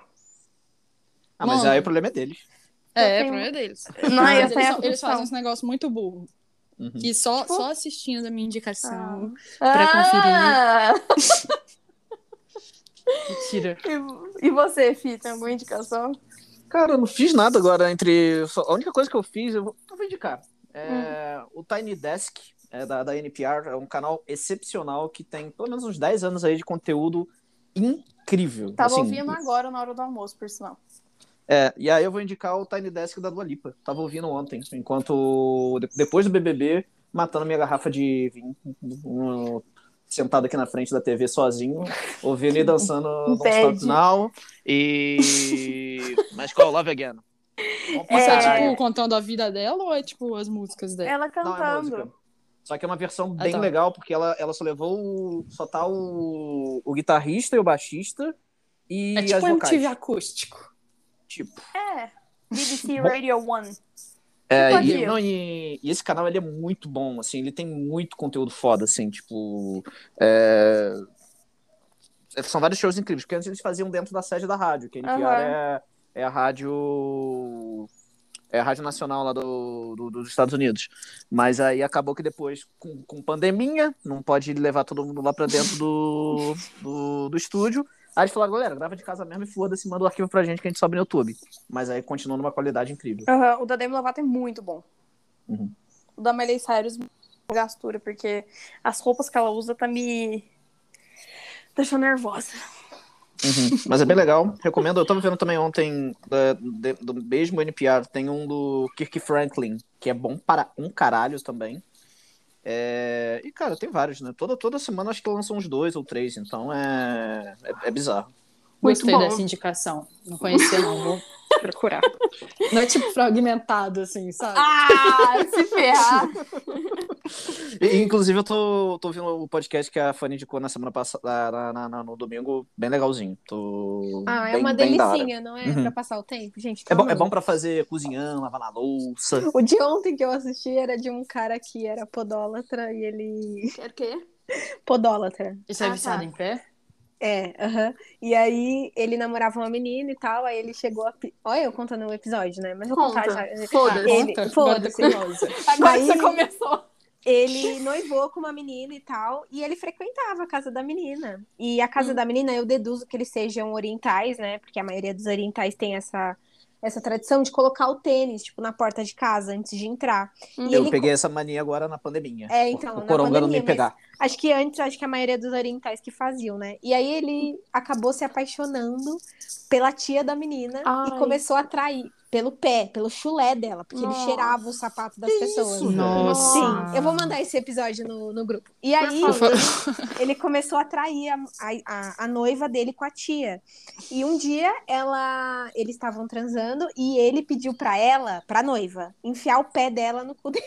Ah, mas
Mano.
aí o problema é deles.
É, é
tem-
problema deles.
Não,
Mas
eu
eles,
tenho Ah,
são-
é a
eles fazem
função.
uns negócios muito burro.
Uhum.
E só,
Tipo?
só assistindo a minha indicação. pra
Ah!
Mentira.
E, e você, Fih, tem alguma indicação?
Cara, eu não fiz nada agora entre. só- A única coisa que eu fiz, eu vou, eu vou indicar. É, O Tiny Desk, é, da, da NPR, é um canal excepcional que tem pelo menos uns 10 anos aí de conteúdo incrível.
Tava
assim.
ouvindo agora na hora do almoço, por sinal.
É, e aí eu vou indicar o Tiny Desk da Dua Lipa. Tava ouvindo ontem, enquanto. de- Depois do BBB, matando minha garrafa de vinho. um- Sentado aqui na frente da TV sozinho, ouvindo e dançando no Stop
Bad.
Now. E. Mas qual Love Again? né?
Mas
É.
é, tipo, contando a vida dela ou é, tipo, as músicas dela?
Ela
Não, é
cantando.
música. Só que é uma versão
Ah,
bem
tá.
legal, porque ela, ela só levou o. Só tá o, o guitarrista e o baixista e
É, tipo
as
um
vocais.
MTV acústico.
Tipo.
É. BBC Radio One.
É,
Pode
e,
ir.
não, e, e esse canal ele é muito bom, assim, ele tem muito conteúdo foda, assim, tipo. é, é, São vários shows incríveis, porque antes eles faziam dentro da sede da rádio, que a NPR
Aham.
é, é a rádio. É a Rádio Nacional lá do, do- dos Estados Unidos. Mas aí acabou que depois, com, com pandemia, não pode levar todo mundo lá pra dentro do, do, do estúdio. Aí eles falaram, galera, grava de casa mesmo e foda-se, manda o arquivo pra gente que a gente sobe no YouTube. Mas aí continua numa qualidade incrível.
Aham, O da Demi Lovato é muito bom.
Uhum.
O da Miley Cyrus gastura, porque as roupas que ela usa tá me deixando nervosa.
Uhum. Mas é bem legal, recomendo. Eu tava vendo também ontem da- de- do mesmo NPR, tem um do Kirk Franklin, que é bom para um caralho também. É, E, cara, tem vários, né? Toda, toda semana acho que lançam uns dois ou três, então é, é, é bizarro.
Gostei
bom.
dessa indicação. Não conhecia, não. Vou procurar. Não é tipo fragmentado, assim, sabe?
Ah, se ferrar.
E, inclusive, eu tô, tô ouvindo o podcast que a Fanny indicou na semana passada, na- na- na- no domingo, bem legalzinho. Tô
Ah, é
bem-
uma
bem da hora.
delicinha, não é?
Uhum.
Pra passar o tempo, gente.
É
tá
bom, é
amando.
bom pra fazer cozinhando, lavar na louça.
O de ontem que eu assisti era de um cara que era podólatra e ele.
Quer o quê?
Podólatra.
Isso é
Ah, tá.
viciado em pé?
É, aham. E aí ele namorava uma menina e tal, aí ele chegou a. pe- Olha, eu contando o episódio, né? Mas eu vou contar já.
Conta. Foda-se.
Ele-
Conta,
foda-se.
agora eu tô curiosa.
Agora
Aí-
você começou.
Ele noivou com uma menina e tal, e ele frequentava a casa da menina. E a
Hum.
casa da menina, eu deduzo que eles sejam orientais, né? Porque a maioria dos orientais tem essa, essa tradição de colocar o tênis, tipo, na porta de casa antes de entrar. E
Hum. Eu
ele-
peguei essa mania agora na pandemia.
É, então,
O
na
coronga não
pandemia,
me
mas-
pegar.
Acho que antes, acho que a maioria dos orientais que faziam, né? E aí ele acabou se apaixonando pela tia da menina
Ai.
e começou a atrair pelo pé, pelo chulé dela, porque
Nossa.
ele cheirava o sapato das pessoas.
isso,
Nossa.
Sim, eu vou mandar esse episódio no, no grupo. E aí ele começou a atrair a, a- a, a noiva dele com a tia. E um dia ela, eles estavam transando e ele pediu pra ela, pra noiva, enfiar o pé dela no cu dele.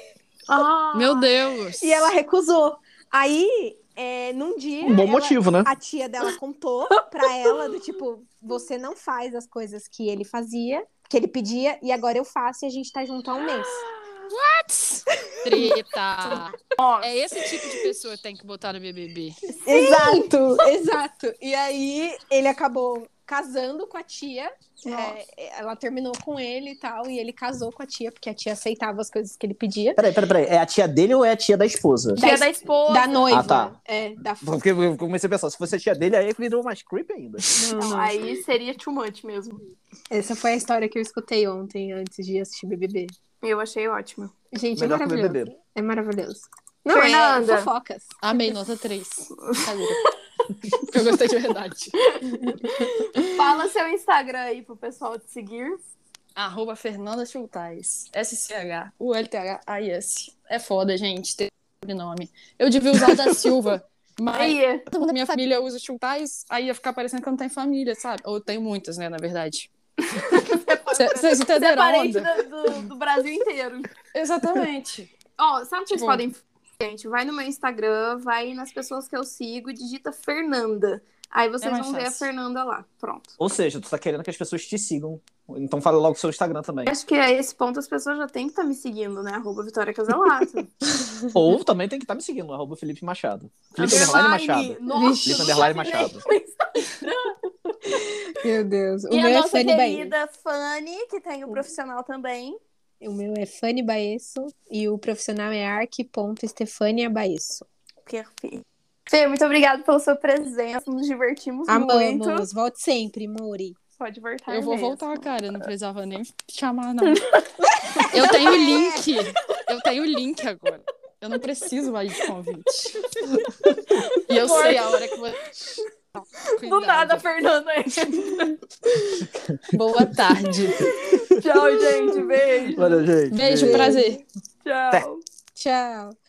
Ah,
Meu Deus.
E ela recusou. Aí, é, num dia.
Um bom
ela-
motivo, né?
a tia dela contou pra ela do tipo, você não faz as coisas que ele fazia, que ele pedia, e agora eu faço e a gente tá junto há um mês.
Treta.
Ó.
É esse tipo de pessoa que tem que botar no BBB.
Exato, exato. E aí ele acabou casando com a tia. é, ela terminou com ele e tal, e ele casou com a tia, porque a tia aceitava as coisas que ele pedia.
Peraí, peraí, peraí. É a tia dele ou é a tia da esposa?
Dia da esposa.
Da noiva.
Ah, tá.
É, da
Porque eu comecei a pensar, se fosse a tia dele, aí virou mais creepy ainda.
não,
Não,
não.
aí seria too much mesmo.
Essa foi a história que eu escutei ontem, antes de assistir BBB.
Eu achei ótimo.
Gente, é
Melhor que o
maravilhoso.
BBB.
É maravilhoso. Não,
Fernanda.
é fofocas.
Amei, nota 3.
Eu gostei de verdade.
Fala seu Instagram aí pro pessoal te seguir.
Arroba Fernanda Schultais. S-C-H-U-L-T-H-A-I-S. É foda, gente, ter sobrenome. Eu devia usar da Silva, mas
Aí,
todo mundo da minha família usa Schultais, aí ia ficar parecendo que eu não tenho família, sabe? Ou eu tenho muitas, né, na verdade. Cê- Vocês
você é
entenderam a
parente
onda?
do, do- do Brasil inteiro.
Exatamente.
Ó, sabe o que vocês
Tipo-
podem fazer, gente? Vai no meu Instagram, vai nas pessoas que eu sigo e digita Fernanda. Aí vocês
É mais
vão ver a
fácil.
Fernanda lá. Pronto.
Ou seja, tu tá querendo que as pessoas te sigam. Então fala logo o seu Instagram também.
Acho que a esse ponto as pessoas já têm que estar me seguindo, né? Arroba Vitória Casalato.
Ou também tem que estar me seguindo, arroba Felipe Machado. Felipe Underline Machado.
Underline. Nossa,
Felipe
eu
Underline
não sabia
Machado.
Meu Deus. O
E
meu
a
é
nossa
Fanny Baez.
querida Fanny, que tem um profissional também.
O meu é Fanny Baesso e o profissional é arc.estefania Baesso.
Perfeito. Fê, muito obrigada pela sua presença. Nos divertimos muito.
Amamos, volte sempre, Mori.
Pode voltar.
Eu vou
mesmo.
voltar, cara. eu Não precisava nem chamar, não. Eu tenho o link. Eu tenho o link agora. Eu não preciso mais de convite. E eu sei a hora que vou.
Do nada, Fernanda.
Boa tarde.
Tchau, gente. Beijo.
Valeu, gente.
Beijo, prazer.
Tchau.
Tchau.